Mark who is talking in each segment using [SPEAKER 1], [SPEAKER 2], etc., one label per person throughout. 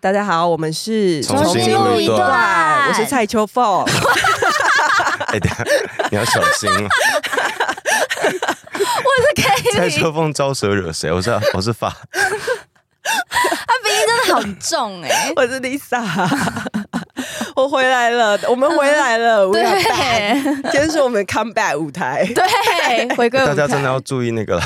[SPEAKER 1] 大家好，我们是
[SPEAKER 2] 重新录一段
[SPEAKER 1] 我是蔡秋 凤。
[SPEAKER 2] 哎、等一下你要小 心了。
[SPEAKER 3] 我是 k
[SPEAKER 2] 蔡
[SPEAKER 3] e
[SPEAKER 2] 秋凤招谁惹谁？我是我 是发，
[SPEAKER 3] 他鼻音真的好重哎、
[SPEAKER 1] 我是 Lisa，我回来了，我们回来了， 我要 back。
[SPEAKER 3] 对
[SPEAKER 1] 今天是我们 come back 舞台，
[SPEAKER 3] 对，
[SPEAKER 1] 嗯
[SPEAKER 3] 回归
[SPEAKER 2] 大家真的
[SPEAKER 3] 要
[SPEAKER 2] 要注意那 个了。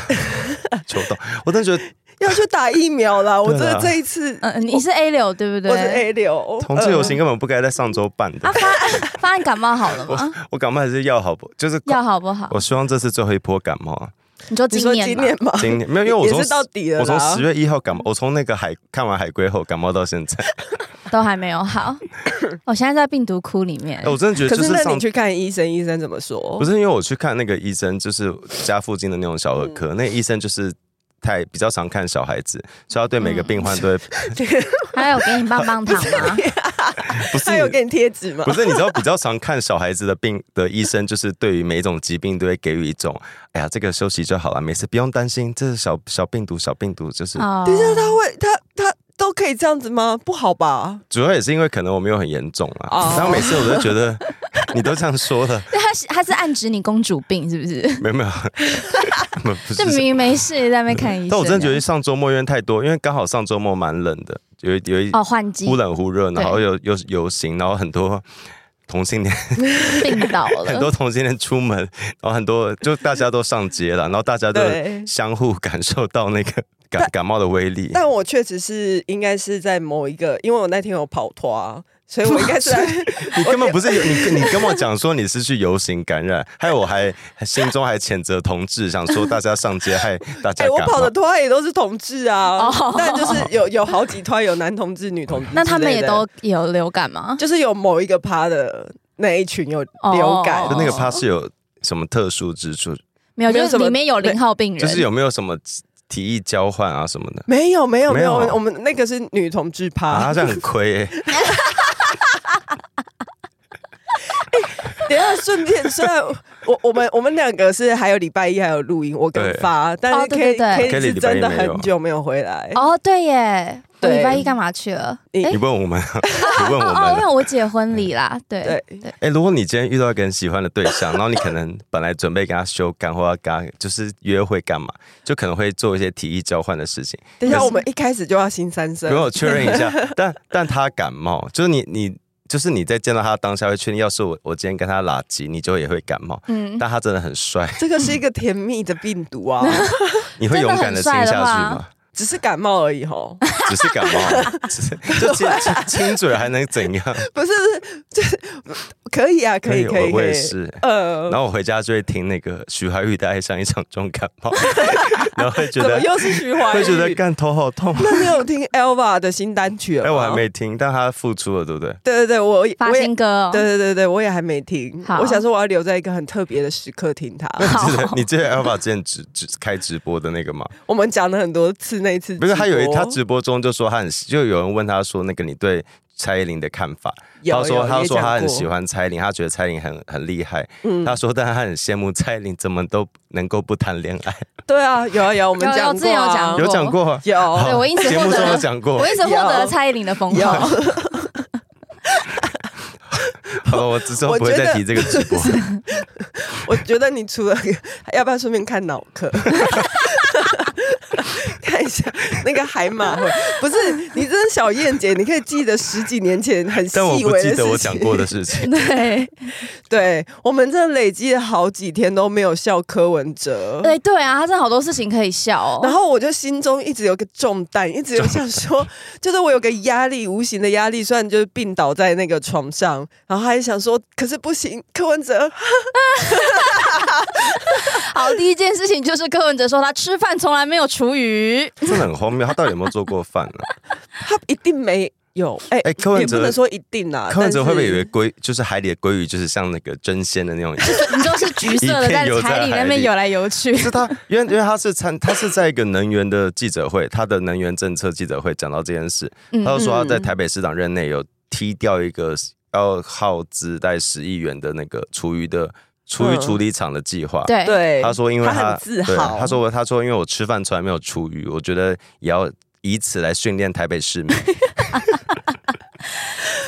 [SPEAKER 2] 秋冬，我真的觉得
[SPEAKER 1] 要去打疫苗了。我真
[SPEAKER 2] 对
[SPEAKER 1] 的
[SPEAKER 2] 啊
[SPEAKER 1] 这一次，
[SPEAKER 3] 嗯，你是 A 流对不对？
[SPEAKER 1] 我是 A 流，
[SPEAKER 2] 同志
[SPEAKER 1] 嗯
[SPEAKER 2] 游行根本不该在上周办的
[SPEAKER 3] 啊，。发发 案感冒好了
[SPEAKER 1] 啊
[SPEAKER 3] 吗？
[SPEAKER 2] 我感冒还是要好不，就是
[SPEAKER 3] 药好不好？
[SPEAKER 2] 我希望这是最后一波感冒啊。
[SPEAKER 3] 你说
[SPEAKER 1] 呃。你
[SPEAKER 3] 今
[SPEAKER 1] 说
[SPEAKER 3] 年
[SPEAKER 1] 今
[SPEAKER 3] 吗？
[SPEAKER 1] 年吗？
[SPEAKER 2] 今年没有，因为我
[SPEAKER 1] 也
[SPEAKER 2] 从
[SPEAKER 1] 是到底了啦
[SPEAKER 2] 我从十月一号感冒，我从那个海看完海龟后感冒到现在。
[SPEAKER 3] 都还没有 好。我现在在病毒窟里面
[SPEAKER 2] 哎，我真的觉得
[SPEAKER 1] 可
[SPEAKER 2] 就是是
[SPEAKER 1] 那
[SPEAKER 2] 上
[SPEAKER 1] 你去看医生，医生怎么说？
[SPEAKER 2] 不是因为我去看那个医生，就是家附近的那种小儿科，那医生就是太比较常看小孩子，所以他对每个病患都会、
[SPEAKER 3] 还有给你棒棒糖 吗？
[SPEAKER 2] 不是
[SPEAKER 1] 他有给你贴纸吗
[SPEAKER 2] 不？是，你知道比较常看小孩子的病的医生，就是对于每一种疾病都会给予一种，哎呀，这个休息就好了，没事，不用担心，这是小小病毒，小病毒就是。
[SPEAKER 3] 哦
[SPEAKER 1] 等一下他会，他他都可以这样子吗？不好吧？
[SPEAKER 2] 主要也是因为可能我没有很严重
[SPEAKER 1] 哦
[SPEAKER 2] 啊，然后每次我都觉得你都这样说了，
[SPEAKER 3] 对他是他是暗指你公主病是不是？
[SPEAKER 2] 没有没有， 不是
[SPEAKER 3] 就明啊明没事在那边看医生。啊
[SPEAKER 2] 但我真的觉得上周末因为太多，因为刚好上周末蛮冷的，有一有一
[SPEAKER 3] 哦，换季
[SPEAKER 2] 忽冷忽热，
[SPEAKER 3] 对
[SPEAKER 2] 然后又又游行，然后很多同 性恋，
[SPEAKER 3] 病倒
[SPEAKER 2] 很
[SPEAKER 3] 了
[SPEAKER 2] 多，同性恋出门，然后很多就大家都上街了，然后大家都
[SPEAKER 1] 对
[SPEAKER 2] 相互感受到那个感感冒的威力。
[SPEAKER 1] 但我确实是应该是在某一个，因为我那天有跑脱啊，所以我应该是在
[SPEAKER 2] 你根本不是你，你 跟我讲说你是去游行感染，还有我还心中还谴责同志，想说大家上街害大
[SPEAKER 1] 哎、
[SPEAKER 2] 家
[SPEAKER 1] 我
[SPEAKER 2] 感
[SPEAKER 1] 跑
[SPEAKER 2] 冒
[SPEAKER 1] 的。拖也都是同志啊，
[SPEAKER 3] 哦
[SPEAKER 1] 但就是有有好几团有男同志、女同志之类的，
[SPEAKER 3] 那他们也都有流感吗？
[SPEAKER 1] 就是有某一个趴的那一群有流感，
[SPEAKER 3] 哦
[SPEAKER 2] 就那个趴是有什么特殊之处？
[SPEAKER 3] 没有，
[SPEAKER 1] 没有什
[SPEAKER 3] 就是
[SPEAKER 1] 么
[SPEAKER 3] 里面有零号病人，
[SPEAKER 2] 就是有没有什么提议交换啊什么的？
[SPEAKER 1] 没有没有没
[SPEAKER 2] 没有
[SPEAKER 1] 有，我们那个是女同志趴，
[SPEAKER 2] 啊，这样 很亏、欸。
[SPEAKER 1] 等一下顺便，虽然我我们我们两个是还有礼拜一还有录音，我跟
[SPEAKER 2] 对
[SPEAKER 1] 发，但是
[SPEAKER 3] 哦
[SPEAKER 1] K
[SPEAKER 3] 对对对
[SPEAKER 1] K 是
[SPEAKER 2] Kelly 礼拜
[SPEAKER 1] 真
[SPEAKER 2] 一
[SPEAKER 1] 的
[SPEAKER 2] 没有
[SPEAKER 1] 很久没有回来，
[SPEAKER 3] 哦，对耶，我
[SPEAKER 1] 对
[SPEAKER 3] 礼拜一干嘛去了？
[SPEAKER 1] 你
[SPEAKER 3] 诶
[SPEAKER 2] 你问我们，你 问我
[SPEAKER 3] 哦哦，因
[SPEAKER 2] 们
[SPEAKER 3] 为。我姐婚礼啦，对
[SPEAKER 1] 对
[SPEAKER 3] 对，
[SPEAKER 2] 哎、如果你今天遇到一个很喜欢的对象，然后你可能本来准备跟他修干或要跟他就是约会干嘛，就可能会做一些提议交换的事情。
[SPEAKER 1] 等一
[SPEAKER 2] 可
[SPEAKER 1] 下
[SPEAKER 2] 是啊
[SPEAKER 1] 我们一开始就要新三
[SPEAKER 2] 没有
[SPEAKER 1] 生，
[SPEAKER 2] 我确认一 下，但但他感冒，就是你你就是你在见到他当下会确定，要是我我今天跟他拉鸡，你就也会感冒。
[SPEAKER 3] 嗯，
[SPEAKER 2] 但他真的很帅，
[SPEAKER 1] 这个是一个甜蜜的病毒 啊，
[SPEAKER 2] 你会勇敢的亲下去吗？
[SPEAKER 1] 只是感冒而已 吼。
[SPEAKER 2] 只是感冒，只是 就亲亲亲嘴还能怎样？
[SPEAKER 1] 不是，这可以啊，可以，可以，
[SPEAKER 2] 哎我我
[SPEAKER 1] 可
[SPEAKER 2] 也
[SPEAKER 1] 以。
[SPEAKER 2] 是。
[SPEAKER 1] 呃
[SPEAKER 2] 然，后我回家就会听那个徐怀钰的《爱上一场重感冒》， 然后会觉
[SPEAKER 1] 怎么
[SPEAKER 2] 得
[SPEAKER 1] 又是徐怀
[SPEAKER 2] 会觉得
[SPEAKER 1] 钰？
[SPEAKER 2] 干头好 痛。
[SPEAKER 1] 那你有听 Elva 的新单曲了
[SPEAKER 2] 哎，
[SPEAKER 1] 吗？
[SPEAKER 2] 我还。没听，但他复出了，对不对？
[SPEAKER 1] 对对对，我也
[SPEAKER 3] 发
[SPEAKER 1] 我也
[SPEAKER 3] 新歌哦，
[SPEAKER 1] 对对对对，我也还没听。
[SPEAKER 3] 好
[SPEAKER 1] 我想说，我要留在一个很特别的时刻 听它。
[SPEAKER 3] 好
[SPEAKER 2] 记得你记得 Alpha 之前直直开直播的那个吗？
[SPEAKER 1] 我们讲了很多次，那一次
[SPEAKER 2] 不是，
[SPEAKER 1] 直播
[SPEAKER 2] 他有一他直播中就说他很喜，就有人问他说那个你对蔡依林的看法，
[SPEAKER 1] 有
[SPEAKER 2] 他说
[SPEAKER 1] 有
[SPEAKER 2] 他
[SPEAKER 1] 也
[SPEAKER 2] 说他
[SPEAKER 1] 讲
[SPEAKER 2] 很
[SPEAKER 1] 过
[SPEAKER 2] 喜欢蔡依林，他觉得蔡依林很很厉害，
[SPEAKER 1] 嗯
[SPEAKER 2] 他说但他很羡慕蔡依林怎么都能够不谈恋爱，
[SPEAKER 1] 对啊，有啊有啊，我们
[SPEAKER 3] 有
[SPEAKER 1] 讲
[SPEAKER 3] 有
[SPEAKER 1] 过啊
[SPEAKER 3] 之前有讲过
[SPEAKER 2] 有讲过啊。
[SPEAKER 1] 有
[SPEAKER 3] 对我一直
[SPEAKER 2] 节
[SPEAKER 3] 获
[SPEAKER 2] 目中有
[SPEAKER 3] 得，
[SPEAKER 2] 讲过
[SPEAKER 3] 我，一直获得蔡依林的 封号，
[SPEAKER 1] 有
[SPEAKER 2] 好了，我之后
[SPEAKER 1] 我
[SPEAKER 2] 不会
[SPEAKER 1] 觉
[SPEAKER 2] 再
[SPEAKER 1] 得
[SPEAKER 2] 提这个直播。
[SPEAKER 1] 我觉得你除了要不要顺便看脑壳， 看一下那个海马会，不是你真的小燕姐，你可以记得十几年前很细
[SPEAKER 2] 但我不
[SPEAKER 1] 微的
[SPEAKER 2] 记
[SPEAKER 1] 事
[SPEAKER 2] 得
[SPEAKER 1] 情。
[SPEAKER 2] 我讲过的事情。
[SPEAKER 1] 嗯
[SPEAKER 3] 对
[SPEAKER 1] 对我们真的累积了好几天都没有笑柯文哲。
[SPEAKER 3] 对对啊，他真的好多事情可以笑哦。
[SPEAKER 1] 然后我就心中一直有个重担，一直有想 说，就是我有个压力，无形的压力，虽然就是病倒在那个床上，然后还想说，可是不行，柯文哲，
[SPEAKER 3] 好，第一件事情就是柯文哲说他吃饭从来没有厨 余，
[SPEAKER 2] 真的很荒谬，他到底有没有做过饭呢、
[SPEAKER 1] 他一定没有，哎、
[SPEAKER 2] 哎柯文
[SPEAKER 1] 也不
[SPEAKER 2] 哲
[SPEAKER 1] 能说一定啦，
[SPEAKER 2] 柯文哲
[SPEAKER 1] 但是
[SPEAKER 2] 会不会以为鲑就是海里的鲑鱼就是像那个真鲜的那种？
[SPEAKER 3] 你就是橘色的
[SPEAKER 2] 一片
[SPEAKER 3] 在
[SPEAKER 2] 游
[SPEAKER 3] 海里
[SPEAKER 2] 在海
[SPEAKER 3] 那边
[SPEAKER 2] 里
[SPEAKER 3] 游来游去。
[SPEAKER 2] 是他，因为因为他是参，他是在一个能源的记者会，他的能源政策记者会讲到这件事，
[SPEAKER 3] 嗯
[SPEAKER 2] 他就说他在
[SPEAKER 1] 嗯
[SPEAKER 2] 台北市长任内有踢掉一个要耗资在十亿元的那个厨余的厨余
[SPEAKER 1] 嗯
[SPEAKER 2] 处理厂的计划。
[SPEAKER 3] 嗯对，
[SPEAKER 1] 对，
[SPEAKER 2] 他说因为
[SPEAKER 1] 他
[SPEAKER 2] 他
[SPEAKER 1] 很自
[SPEAKER 2] 对
[SPEAKER 1] 豪
[SPEAKER 2] 他说我他说因为我吃饭从来没有厨余，我觉得也要以此来训练台北市民。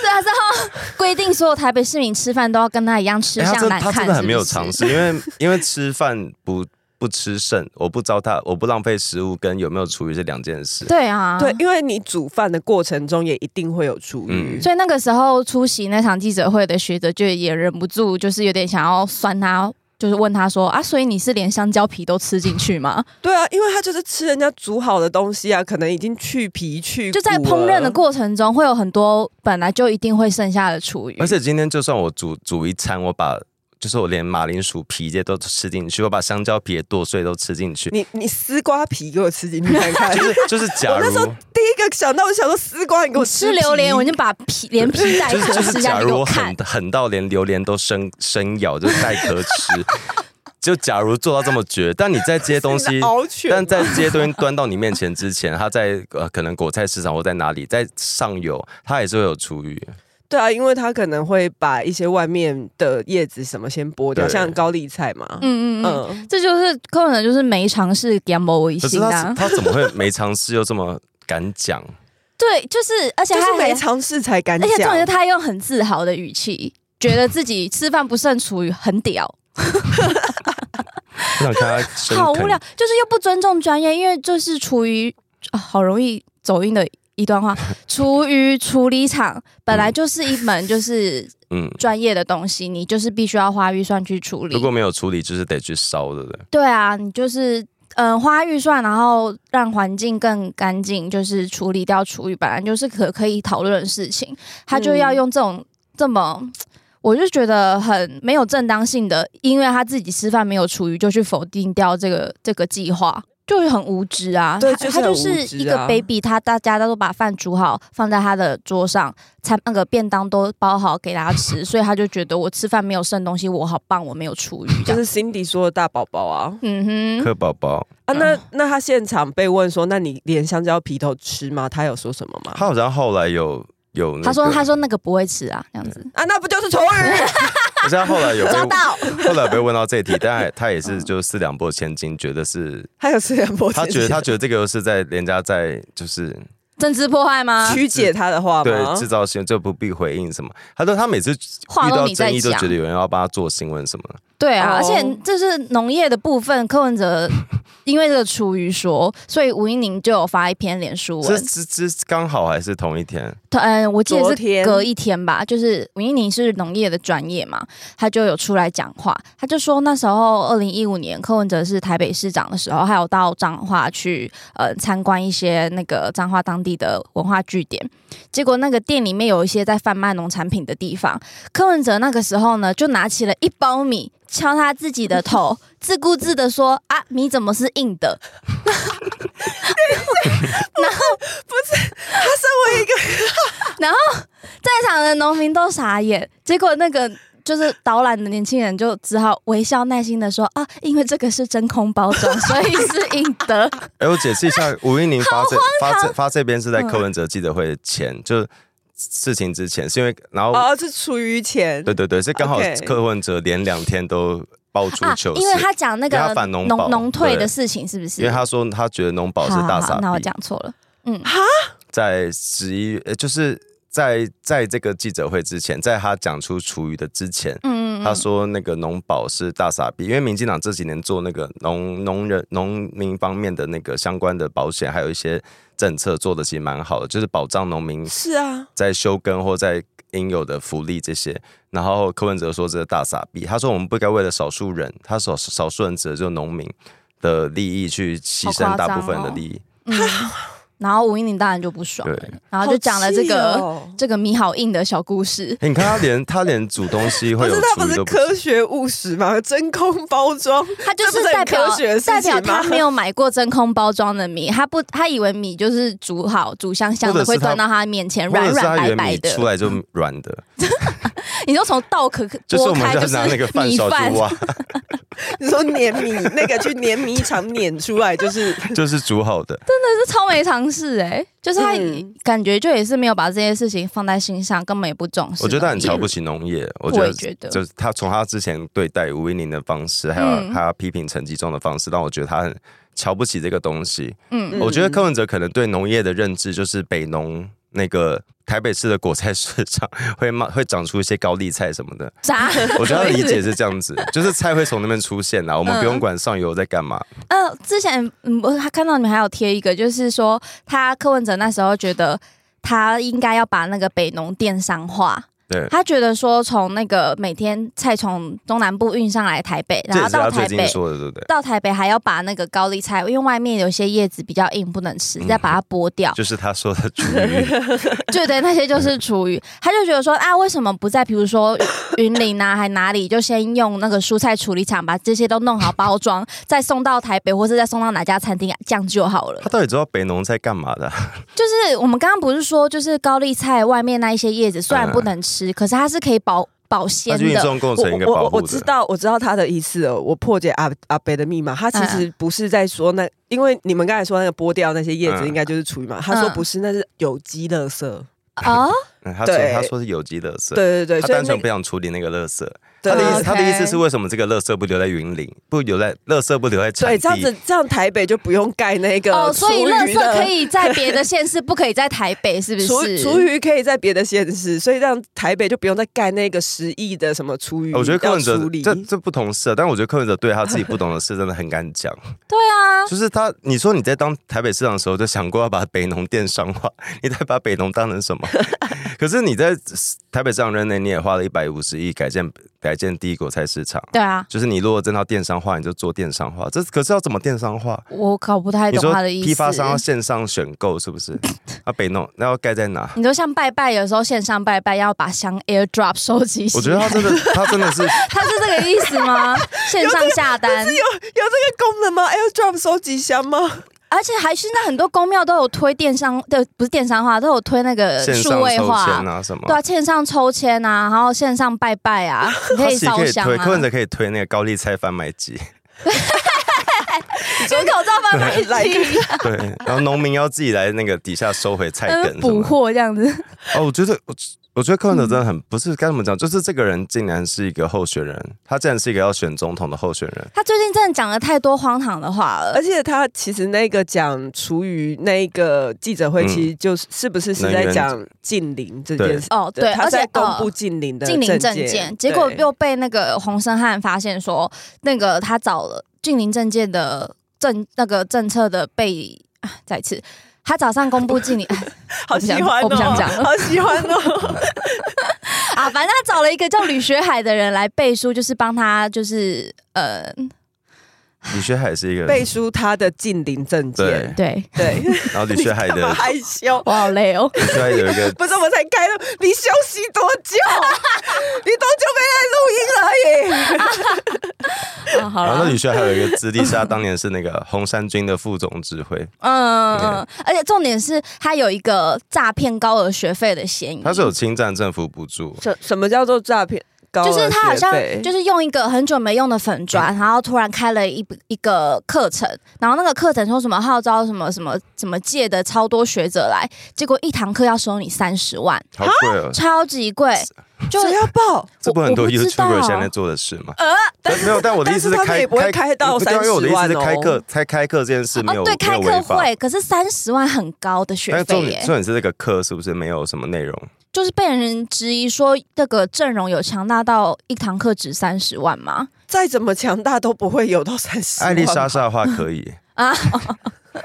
[SPEAKER 3] 对啊，然后规定所有台北市民吃饭都要跟他一样吃
[SPEAKER 2] 哎，
[SPEAKER 3] 相
[SPEAKER 2] 他真
[SPEAKER 3] 难
[SPEAKER 2] 他
[SPEAKER 3] 看，
[SPEAKER 2] 真的很没有
[SPEAKER 3] 是不
[SPEAKER 2] 常
[SPEAKER 3] 是
[SPEAKER 2] 识，因为因为吃饭不不吃剩，我不糟蹋，我不浪费食物，跟有没有厨余是两件事。
[SPEAKER 3] 对啊，
[SPEAKER 1] 对，。因为你煮饭的过程中也一定会有厨余，
[SPEAKER 2] 嗯
[SPEAKER 3] 所以那个时候出席那场记者会的学者就也忍不住，就是有点想要酸他，就是问他说啊，所以你是连香蕉皮都吃进去吗？
[SPEAKER 1] 对啊，因为他就是吃人家煮好的东西啊，可能已经去皮去骨
[SPEAKER 3] 就在
[SPEAKER 1] 了
[SPEAKER 3] 烹饪的过程中会有很多本来就一定会剩下的厨余，
[SPEAKER 2] 而且今天就算我煮煮一餐，我把就是我连马铃薯皮这些都吃进去，我把香蕉皮也剁碎都吃 进去，
[SPEAKER 1] 你你丝瓜皮给我吃进去看看。
[SPEAKER 2] 就是就是假
[SPEAKER 1] 我那
[SPEAKER 2] 如
[SPEAKER 1] 时候第一个想到，我想说丝瓜，你给我
[SPEAKER 3] 你
[SPEAKER 1] 吃
[SPEAKER 3] 吃榴莲，我
[SPEAKER 1] 皮
[SPEAKER 3] 已经把皮连皮带
[SPEAKER 2] 就是
[SPEAKER 3] 壳
[SPEAKER 2] 就是
[SPEAKER 3] 吃下
[SPEAKER 2] 假
[SPEAKER 3] 去给
[SPEAKER 2] 如
[SPEAKER 3] 我
[SPEAKER 2] 我
[SPEAKER 3] 看
[SPEAKER 2] 狠，狠到连榴莲都生生咬，就是带壳 吃。就假如做到这么绝，但你在这些东
[SPEAKER 1] 你
[SPEAKER 2] 西
[SPEAKER 1] 在獒犬
[SPEAKER 2] 但在
[SPEAKER 1] 吗
[SPEAKER 2] 这些东西端到你面前之前，它在呃可能果菜市场或在哪里，在上游，它也是会有厨余。
[SPEAKER 1] 对啊，因为他可能会把一些外面的叶子什么先剥掉，
[SPEAKER 2] 对
[SPEAKER 1] 像高丽菜嘛。嗯
[SPEAKER 3] 嗯嗯嗯，这就是柯文哲就是没尝试给某违
[SPEAKER 2] 可是
[SPEAKER 3] 心的
[SPEAKER 2] 它
[SPEAKER 3] 啊，
[SPEAKER 2] 它怎么会没尝试又这么敢讲？
[SPEAKER 3] 对，就是而且
[SPEAKER 1] 就
[SPEAKER 3] 他
[SPEAKER 1] 是
[SPEAKER 3] 还
[SPEAKER 1] 没尝试才敢
[SPEAKER 3] 而
[SPEAKER 1] 讲。
[SPEAKER 3] 且重点是他用很自豪的语气，觉得自己吃饭不剩厨余很屌，
[SPEAKER 2] 我想看它深
[SPEAKER 3] 好无
[SPEAKER 2] 啃
[SPEAKER 3] 聊，就是又不尊重专业，因为就是厨余、啊好容易走音的一段话，厨余处理厂本来就是一门就是
[SPEAKER 2] 嗯，
[SPEAKER 3] 专业的东西，你就是必须要花预算去处理
[SPEAKER 2] 如。果没有处理，就是得去烧，对不对？
[SPEAKER 3] 对啊，你就是。嗯，花预算，然后让环境更干净，就是处理掉厨余，本来就是可可以讨论的事情，他就
[SPEAKER 1] 嗯
[SPEAKER 3] 要用这种、这么，我就觉得很没有正当性的，因为他自己吃饭没有厨余，就去否定掉这个这个计划，就是很无知啊。
[SPEAKER 1] 对
[SPEAKER 3] 他
[SPEAKER 1] 就是
[SPEAKER 3] 他
[SPEAKER 1] 很
[SPEAKER 3] 就
[SPEAKER 1] 无知啊
[SPEAKER 3] 是一个 baby，他大家都把饭煮好放在他的桌上，餐那个便当都包好给大家吃，所以他就觉得我吃饭没有剩东西，我好棒，我没有厨余，
[SPEAKER 1] 就
[SPEAKER 3] 这样。
[SPEAKER 1] 是 Cindy 说的大宝宝啊
[SPEAKER 3] 嗯哼，
[SPEAKER 2] 柯宝宝，
[SPEAKER 1] 啊！那
[SPEAKER 3] 嗯
[SPEAKER 1] 那他现场被问说，那你连香蕉皮都吃吗？他有说什么吗？
[SPEAKER 2] 他好像后来有有、那
[SPEAKER 3] 他说
[SPEAKER 2] 个
[SPEAKER 3] 他说那个不会吃啊，这样子
[SPEAKER 1] 啊，那不就是丑 语？
[SPEAKER 2] 可是他后来有被
[SPEAKER 3] 抓到。嗯
[SPEAKER 2] 后来被问到这一题，但他也是就是四两拨千斤，觉得是
[SPEAKER 1] 他有吃两波，
[SPEAKER 2] 他觉得他觉得这个是在人家在就是
[SPEAKER 3] 政治迫害吗？
[SPEAKER 1] 曲解他的话
[SPEAKER 2] 对
[SPEAKER 1] 吗？
[SPEAKER 2] 制造新闻，这不必回应什么。他说他每次
[SPEAKER 3] 话
[SPEAKER 2] 遇
[SPEAKER 3] 都
[SPEAKER 2] 到
[SPEAKER 3] 你在
[SPEAKER 2] 争议都
[SPEAKER 3] 讲
[SPEAKER 2] 觉得有人要帮他做新闻什么的，
[SPEAKER 3] 对啊，
[SPEAKER 1] 哦
[SPEAKER 3] 而且这是农业的部分，柯文哲因为这个厨余说，所以吴英宁就有发一篇脸书
[SPEAKER 2] 这
[SPEAKER 3] 文，
[SPEAKER 2] 这这刚好还是同一天，
[SPEAKER 3] 他嗯，我记
[SPEAKER 1] 昨
[SPEAKER 3] 得
[SPEAKER 1] 天
[SPEAKER 3] 是隔一天吧，就是吴英宁是农业的专业嘛，他就有出来讲话，他就说那时候二零一五年柯文哲是台北市长的时候，还有到彰化去呃参观一些那个彰化当地的文化据点，结果那个店里面有一些在贩卖农产品的地方，柯文哲那个时候呢就拿起了一包米敲他自己的头， 自顾自的说啊米怎么是硬的？在场的农民都傻眼，结果那个就是导览的年轻人就只好微笑耐心的说啊，因为这个是真空包装，所以是应 得。
[SPEAKER 2] 哎，我解释一下，吴英宁 发这发这发这边是
[SPEAKER 3] 嗯
[SPEAKER 2] 在柯文哲记者会前，就是事情之前，是因为然后
[SPEAKER 1] 哦，是处于前
[SPEAKER 2] 对对对，是刚好
[SPEAKER 1] OK
[SPEAKER 2] 柯文哲连两天都爆出
[SPEAKER 3] 啊
[SPEAKER 2] 糗，事
[SPEAKER 3] 因为，他讲那
[SPEAKER 2] 因为
[SPEAKER 3] 个
[SPEAKER 2] 他反农保
[SPEAKER 3] 农农退的
[SPEAKER 2] 对
[SPEAKER 3] 事情是不是？
[SPEAKER 2] 因为他说他觉得农保是
[SPEAKER 3] 好
[SPEAKER 2] 大
[SPEAKER 3] 好
[SPEAKER 2] 傻
[SPEAKER 3] 好那我
[SPEAKER 2] 逼
[SPEAKER 3] 讲。错了。
[SPEAKER 2] 在十一，呃就是在在这个记者会之前，在他讲出厨余的之前，
[SPEAKER 3] 嗯嗯
[SPEAKER 2] 他
[SPEAKER 3] 嗯，
[SPEAKER 2] 说那个农保是大傻逼，因为民进党这几年做那个农农人农民方面的那个相关的保险，还有一些政策做的其实蛮好的，就是保障农民
[SPEAKER 1] 是啊，
[SPEAKER 2] 在休耕或在应有的福利这些。然后柯文哲说这是大傻逼，他说我们不该为了少数人，他少少数人指的就是农民的利益去牺牲
[SPEAKER 3] 好夸张
[SPEAKER 2] 大部分人的
[SPEAKER 3] 哦
[SPEAKER 2] 利益。
[SPEAKER 3] 嗯 然后吴英玲当然就不爽了
[SPEAKER 2] 对，
[SPEAKER 3] 然后就讲了这个、
[SPEAKER 1] 好气哦
[SPEAKER 3] 这个米好硬的小 故事。
[SPEAKER 2] 欸你看他连他连煮东西
[SPEAKER 1] 不
[SPEAKER 2] 会有
[SPEAKER 1] 是他
[SPEAKER 2] 厨
[SPEAKER 1] 不
[SPEAKER 2] 余
[SPEAKER 1] 是
[SPEAKER 2] 都不
[SPEAKER 1] 科学务实吗？真空包装，
[SPEAKER 3] 他就
[SPEAKER 1] 这
[SPEAKER 3] 是
[SPEAKER 1] 不是
[SPEAKER 3] 代
[SPEAKER 1] 很
[SPEAKER 3] 表
[SPEAKER 1] 科学的事
[SPEAKER 3] 代表
[SPEAKER 1] 情吗
[SPEAKER 3] 他没有买过真空包装的米，他不他以为米就是煮好煮香香
[SPEAKER 2] 或
[SPEAKER 3] 的，
[SPEAKER 2] 者
[SPEAKER 3] 会
[SPEAKER 2] 是他
[SPEAKER 3] 端到他面前，
[SPEAKER 2] 或
[SPEAKER 3] 软
[SPEAKER 2] 者是
[SPEAKER 3] 软
[SPEAKER 2] 它
[SPEAKER 3] 白
[SPEAKER 2] 原
[SPEAKER 3] 白
[SPEAKER 2] 米
[SPEAKER 3] 的。
[SPEAKER 2] 出来就软的，
[SPEAKER 3] 你就从稻壳
[SPEAKER 2] 就是
[SPEAKER 3] 剥
[SPEAKER 2] 我们
[SPEAKER 3] 开
[SPEAKER 2] 就
[SPEAKER 3] 就是
[SPEAKER 2] 拿那个饭
[SPEAKER 3] 米
[SPEAKER 2] 勺啊
[SPEAKER 3] 饭
[SPEAKER 2] 去，挖，
[SPEAKER 1] 你说碾米那个去碾米厂碾出来就是
[SPEAKER 2] 就是煮好的。
[SPEAKER 3] 这超没常识哎！就是他
[SPEAKER 1] 嗯
[SPEAKER 3] 感觉就也是没有把这些事情放在心上，根本也不重视。
[SPEAKER 2] 我觉得他很瞧不
[SPEAKER 3] 起。
[SPEAKER 2] 起农业，我
[SPEAKER 3] 我
[SPEAKER 2] 觉
[SPEAKER 3] 也觉
[SPEAKER 2] 得
[SPEAKER 3] 得
[SPEAKER 2] 就是他从他之前对待吴依宁的方式，还有
[SPEAKER 3] 嗯
[SPEAKER 2] 他批评陈吉仲的方式，让我觉得他很瞧不起这个东西。
[SPEAKER 3] 嗯
[SPEAKER 2] 我觉得柯文哲可能对农业的认知就是北农那个台北市的果菜市场会冒会长出一些高丽菜什么的。
[SPEAKER 3] 啥？
[SPEAKER 2] 我觉得他的理解是这样子，就是菜会从那边出现啊啦，我们不
[SPEAKER 3] 嗯
[SPEAKER 2] 用管上游在干嘛。
[SPEAKER 3] 呃，之前嗯，我他看到你们还有贴一个，就是说他柯文哲那时候觉得他应该要把那个北农电商化。
[SPEAKER 2] 对
[SPEAKER 3] 他觉得说从那个每天菜从中南部运上来台北，
[SPEAKER 2] 这
[SPEAKER 3] 然
[SPEAKER 2] 也
[SPEAKER 3] 后
[SPEAKER 2] 是他
[SPEAKER 3] 到
[SPEAKER 2] 最
[SPEAKER 3] 台
[SPEAKER 2] 近
[SPEAKER 3] 北。
[SPEAKER 2] 说的，对不对？
[SPEAKER 3] 到台北还要把那个高丽菜，因为外面有些叶子比较硬，不能
[SPEAKER 2] 嗯
[SPEAKER 3] 吃，再把它剥掉。
[SPEAKER 2] 就是他说的主 语，
[SPEAKER 3] 对对，那些就是厨余。他就觉得说啊，为什么不在比如说云 林啊，还哪里，就先用那个蔬菜处理厂把这些都弄好包装，再送到台北，或是再送到哪家餐厅，这样就好了
[SPEAKER 2] 他。到底知道北农在干嘛的啊？
[SPEAKER 3] 就是我们刚刚不是说，就是高丽菜外面那一些叶子虽然不能吃，可是它是可以保保鲜
[SPEAKER 2] 他就运
[SPEAKER 3] 的。
[SPEAKER 2] 送过
[SPEAKER 1] 我
[SPEAKER 2] 程应该
[SPEAKER 1] 我
[SPEAKER 2] 保
[SPEAKER 1] 我
[SPEAKER 2] 护
[SPEAKER 1] 我知
[SPEAKER 2] 的。
[SPEAKER 1] 道我知道他的意思了，我破解阿阿北的密码，他其
[SPEAKER 3] 嗯
[SPEAKER 1] 实不是在说那，因为你们刚才说那个剥掉那些叶子
[SPEAKER 2] 嗯
[SPEAKER 1] 应该就是厨余嘛，他说
[SPEAKER 3] 嗯
[SPEAKER 1] 不是，那是有机垃圾。
[SPEAKER 3] 哦，
[SPEAKER 2] 嗯他说
[SPEAKER 1] 对
[SPEAKER 2] 他说是有机垃圾，
[SPEAKER 1] 对对对，
[SPEAKER 2] 他
[SPEAKER 1] 所以
[SPEAKER 2] 单
[SPEAKER 1] 那
[SPEAKER 2] 纯不想处理那个垃圾。
[SPEAKER 1] 对啊
[SPEAKER 2] 他的意
[SPEAKER 1] 对
[SPEAKER 2] 思，
[SPEAKER 3] OK
[SPEAKER 2] 他的意思是为什么这个垃圾不留在云林，不留在 垃圾不留在产
[SPEAKER 1] 对，
[SPEAKER 2] 地？
[SPEAKER 1] 这样子这样台北就不用盖那个
[SPEAKER 3] 哦，所以
[SPEAKER 1] 厨余
[SPEAKER 3] 垃圾
[SPEAKER 1] 的
[SPEAKER 3] 可。以在别的县市，不可以在台北，是不
[SPEAKER 1] 厨
[SPEAKER 3] 是？
[SPEAKER 1] 厨余可以在别的县市，所以让台北就不用再盖那个十亿的什么厨余。
[SPEAKER 2] 啊我觉得柯文哲
[SPEAKER 1] 要处理
[SPEAKER 2] 这这不同事啊，但我觉得柯文哲对他自己不懂的事真的很敢 讲。
[SPEAKER 3] 对啊，
[SPEAKER 2] 就是他，你说你在当台北市长的时候就想过要把北农电商化，你在把北农当 成什么？可是你在台北市长任内，你也花了一百五十亿改建改建第一果菜市场。
[SPEAKER 3] 对啊，
[SPEAKER 2] 就是你如果真的要电商化，你就做电商化。这可是要怎么电商化？
[SPEAKER 3] 我搞不太
[SPEAKER 2] 你
[SPEAKER 3] 懂
[SPEAKER 2] 说
[SPEAKER 3] 他的意思。
[SPEAKER 2] 批发商要线上选购是不 是？啊，北农那要盖在哪？
[SPEAKER 3] 你就像拜拜，有时候线上拜拜要把香 AirDrop 收集起来。
[SPEAKER 2] 我觉得他真的，他真的 是
[SPEAKER 3] 他是这个意思 吗？线上下
[SPEAKER 1] 有
[SPEAKER 3] 单，
[SPEAKER 1] 这个功能吗？AirDrop 收集箱吗？
[SPEAKER 3] 而且还现在很多公庙都有推电商，对，不是电商化，都有推那个
[SPEAKER 2] 线
[SPEAKER 3] 数
[SPEAKER 2] 上
[SPEAKER 3] 位
[SPEAKER 2] 抽
[SPEAKER 3] 化，
[SPEAKER 2] 签啊什么。
[SPEAKER 3] 对啊，线上抽 签啊，然后线上拜拜啊，你
[SPEAKER 2] 他
[SPEAKER 3] 可以
[SPEAKER 2] 其实
[SPEAKER 3] 烧
[SPEAKER 2] 可以
[SPEAKER 3] 香
[SPEAKER 2] 推，
[SPEAKER 3] 啊
[SPEAKER 2] 柯，文哲可以推那个高丽菜贩卖 机，
[SPEAKER 3] 跟口罩 贩卖
[SPEAKER 1] 来
[SPEAKER 3] 机一样
[SPEAKER 2] 对，然后农民要自己来那个底下收回菜
[SPEAKER 3] 嗯
[SPEAKER 2] 根什
[SPEAKER 3] 补
[SPEAKER 2] 么的。
[SPEAKER 3] 货这样子。
[SPEAKER 2] 哦，我觉得我我觉得柯文哲真的很不是该怎么讲，就是这个人竟然是一个候选人，他竟然是一个要选总统的候选 人。
[SPEAKER 3] 他最近真的讲了太多荒唐的话了
[SPEAKER 1] 而。且他其实那个讲厨余那个记者会，
[SPEAKER 2] 嗯
[SPEAKER 1] 其实就是、是不是是
[SPEAKER 2] 能
[SPEAKER 1] 在
[SPEAKER 2] 源
[SPEAKER 1] 讲近邻这
[SPEAKER 2] 哎对
[SPEAKER 1] 件事？
[SPEAKER 3] 哦，对，
[SPEAKER 1] 他
[SPEAKER 3] 而
[SPEAKER 1] 是
[SPEAKER 3] 且
[SPEAKER 1] 在公
[SPEAKER 3] 呃
[SPEAKER 1] 布近邻的
[SPEAKER 3] 近邻证
[SPEAKER 1] 件
[SPEAKER 3] 件，，结果
[SPEAKER 1] 对
[SPEAKER 3] 又被那个洪生汉发现说，那个他找了近邻证件的政那个政策的被啊，再一次。他早上公布 近邻哎
[SPEAKER 1] 好喜欢哦，
[SPEAKER 3] 我不想讲了
[SPEAKER 1] 好喜欢哦。
[SPEAKER 3] 啊，反正他找了一个叫吕学海的人来背书，就是帮他，就是呃，
[SPEAKER 2] 李学海是一个，
[SPEAKER 1] 背书他的近邻证件
[SPEAKER 2] 对，
[SPEAKER 3] 对，
[SPEAKER 1] 对，
[SPEAKER 2] 然后李学海
[SPEAKER 1] 你 干嘛
[SPEAKER 2] 的
[SPEAKER 1] 害羞。
[SPEAKER 3] 我好 累哦。
[SPEAKER 2] 李学海有一个
[SPEAKER 1] 不是我才开录，你休息多久？ 你多久没来录音了耶？
[SPEAKER 3] 啊，好
[SPEAKER 2] 然后
[SPEAKER 3] 了
[SPEAKER 2] 那，李学海有一个资历 是他当年是那个红衫军的副总指挥，
[SPEAKER 3] 嗯，嗯，而且重点是他有一个诈骗高额学费的嫌疑，
[SPEAKER 2] 他是有侵占政府补助，
[SPEAKER 1] 什什么叫做诈骗？
[SPEAKER 2] 哦
[SPEAKER 1] 高
[SPEAKER 3] 就是他好像
[SPEAKER 1] 额学费
[SPEAKER 3] 就是用一个很久没用的粉
[SPEAKER 2] 嗯
[SPEAKER 3] 砖，然后突然开了一一个课程，然后那个课程说什么号召什么什么什么界的超多学者来，结果一堂课要收你三十万，
[SPEAKER 2] 好贵哦。
[SPEAKER 3] 超级贵，就啊
[SPEAKER 1] 谁要报？
[SPEAKER 2] 这不很多
[SPEAKER 3] 我我不知道
[SPEAKER 2] YouTuber 现在做的事吗？呃，没有，但我的意
[SPEAKER 1] 但
[SPEAKER 2] 思
[SPEAKER 1] 是他们
[SPEAKER 2] 开
[SPEAKER 1] 也不会开到
[SPEAKER 2] 对啊因为我的意思是
[SPEAKER 1] 30万哦
[SPEAKER 2] 开课，开开课这件事没有
[SPEAKER 3] 哦对开
[SPEAKER 2] 没有
[SPEAKER 3] 课
[SPEAKER 2] 违法。
[SPEAKER 3] 会，可是三十万很高的
[SPEAKER 2] 但
[SPEAKER 3] 学
[SPEAKER 2] 是
[SPEAKER 3] 费
[SPEAKER 2] 重点
[SPEAKER 3] 耶，
[SPEAKER 2] 重点是这个课是不是没有什么内容？
[SPEAKER 3] 就是被人质疑说这个阵容有强大到一堂课值三十万吗？
[SPEAKER 1] 再怎么强大都不会有到三十。
[SPEAKER 2] 艾丽莎莎的话可以
[SPEAKER 3] 啊，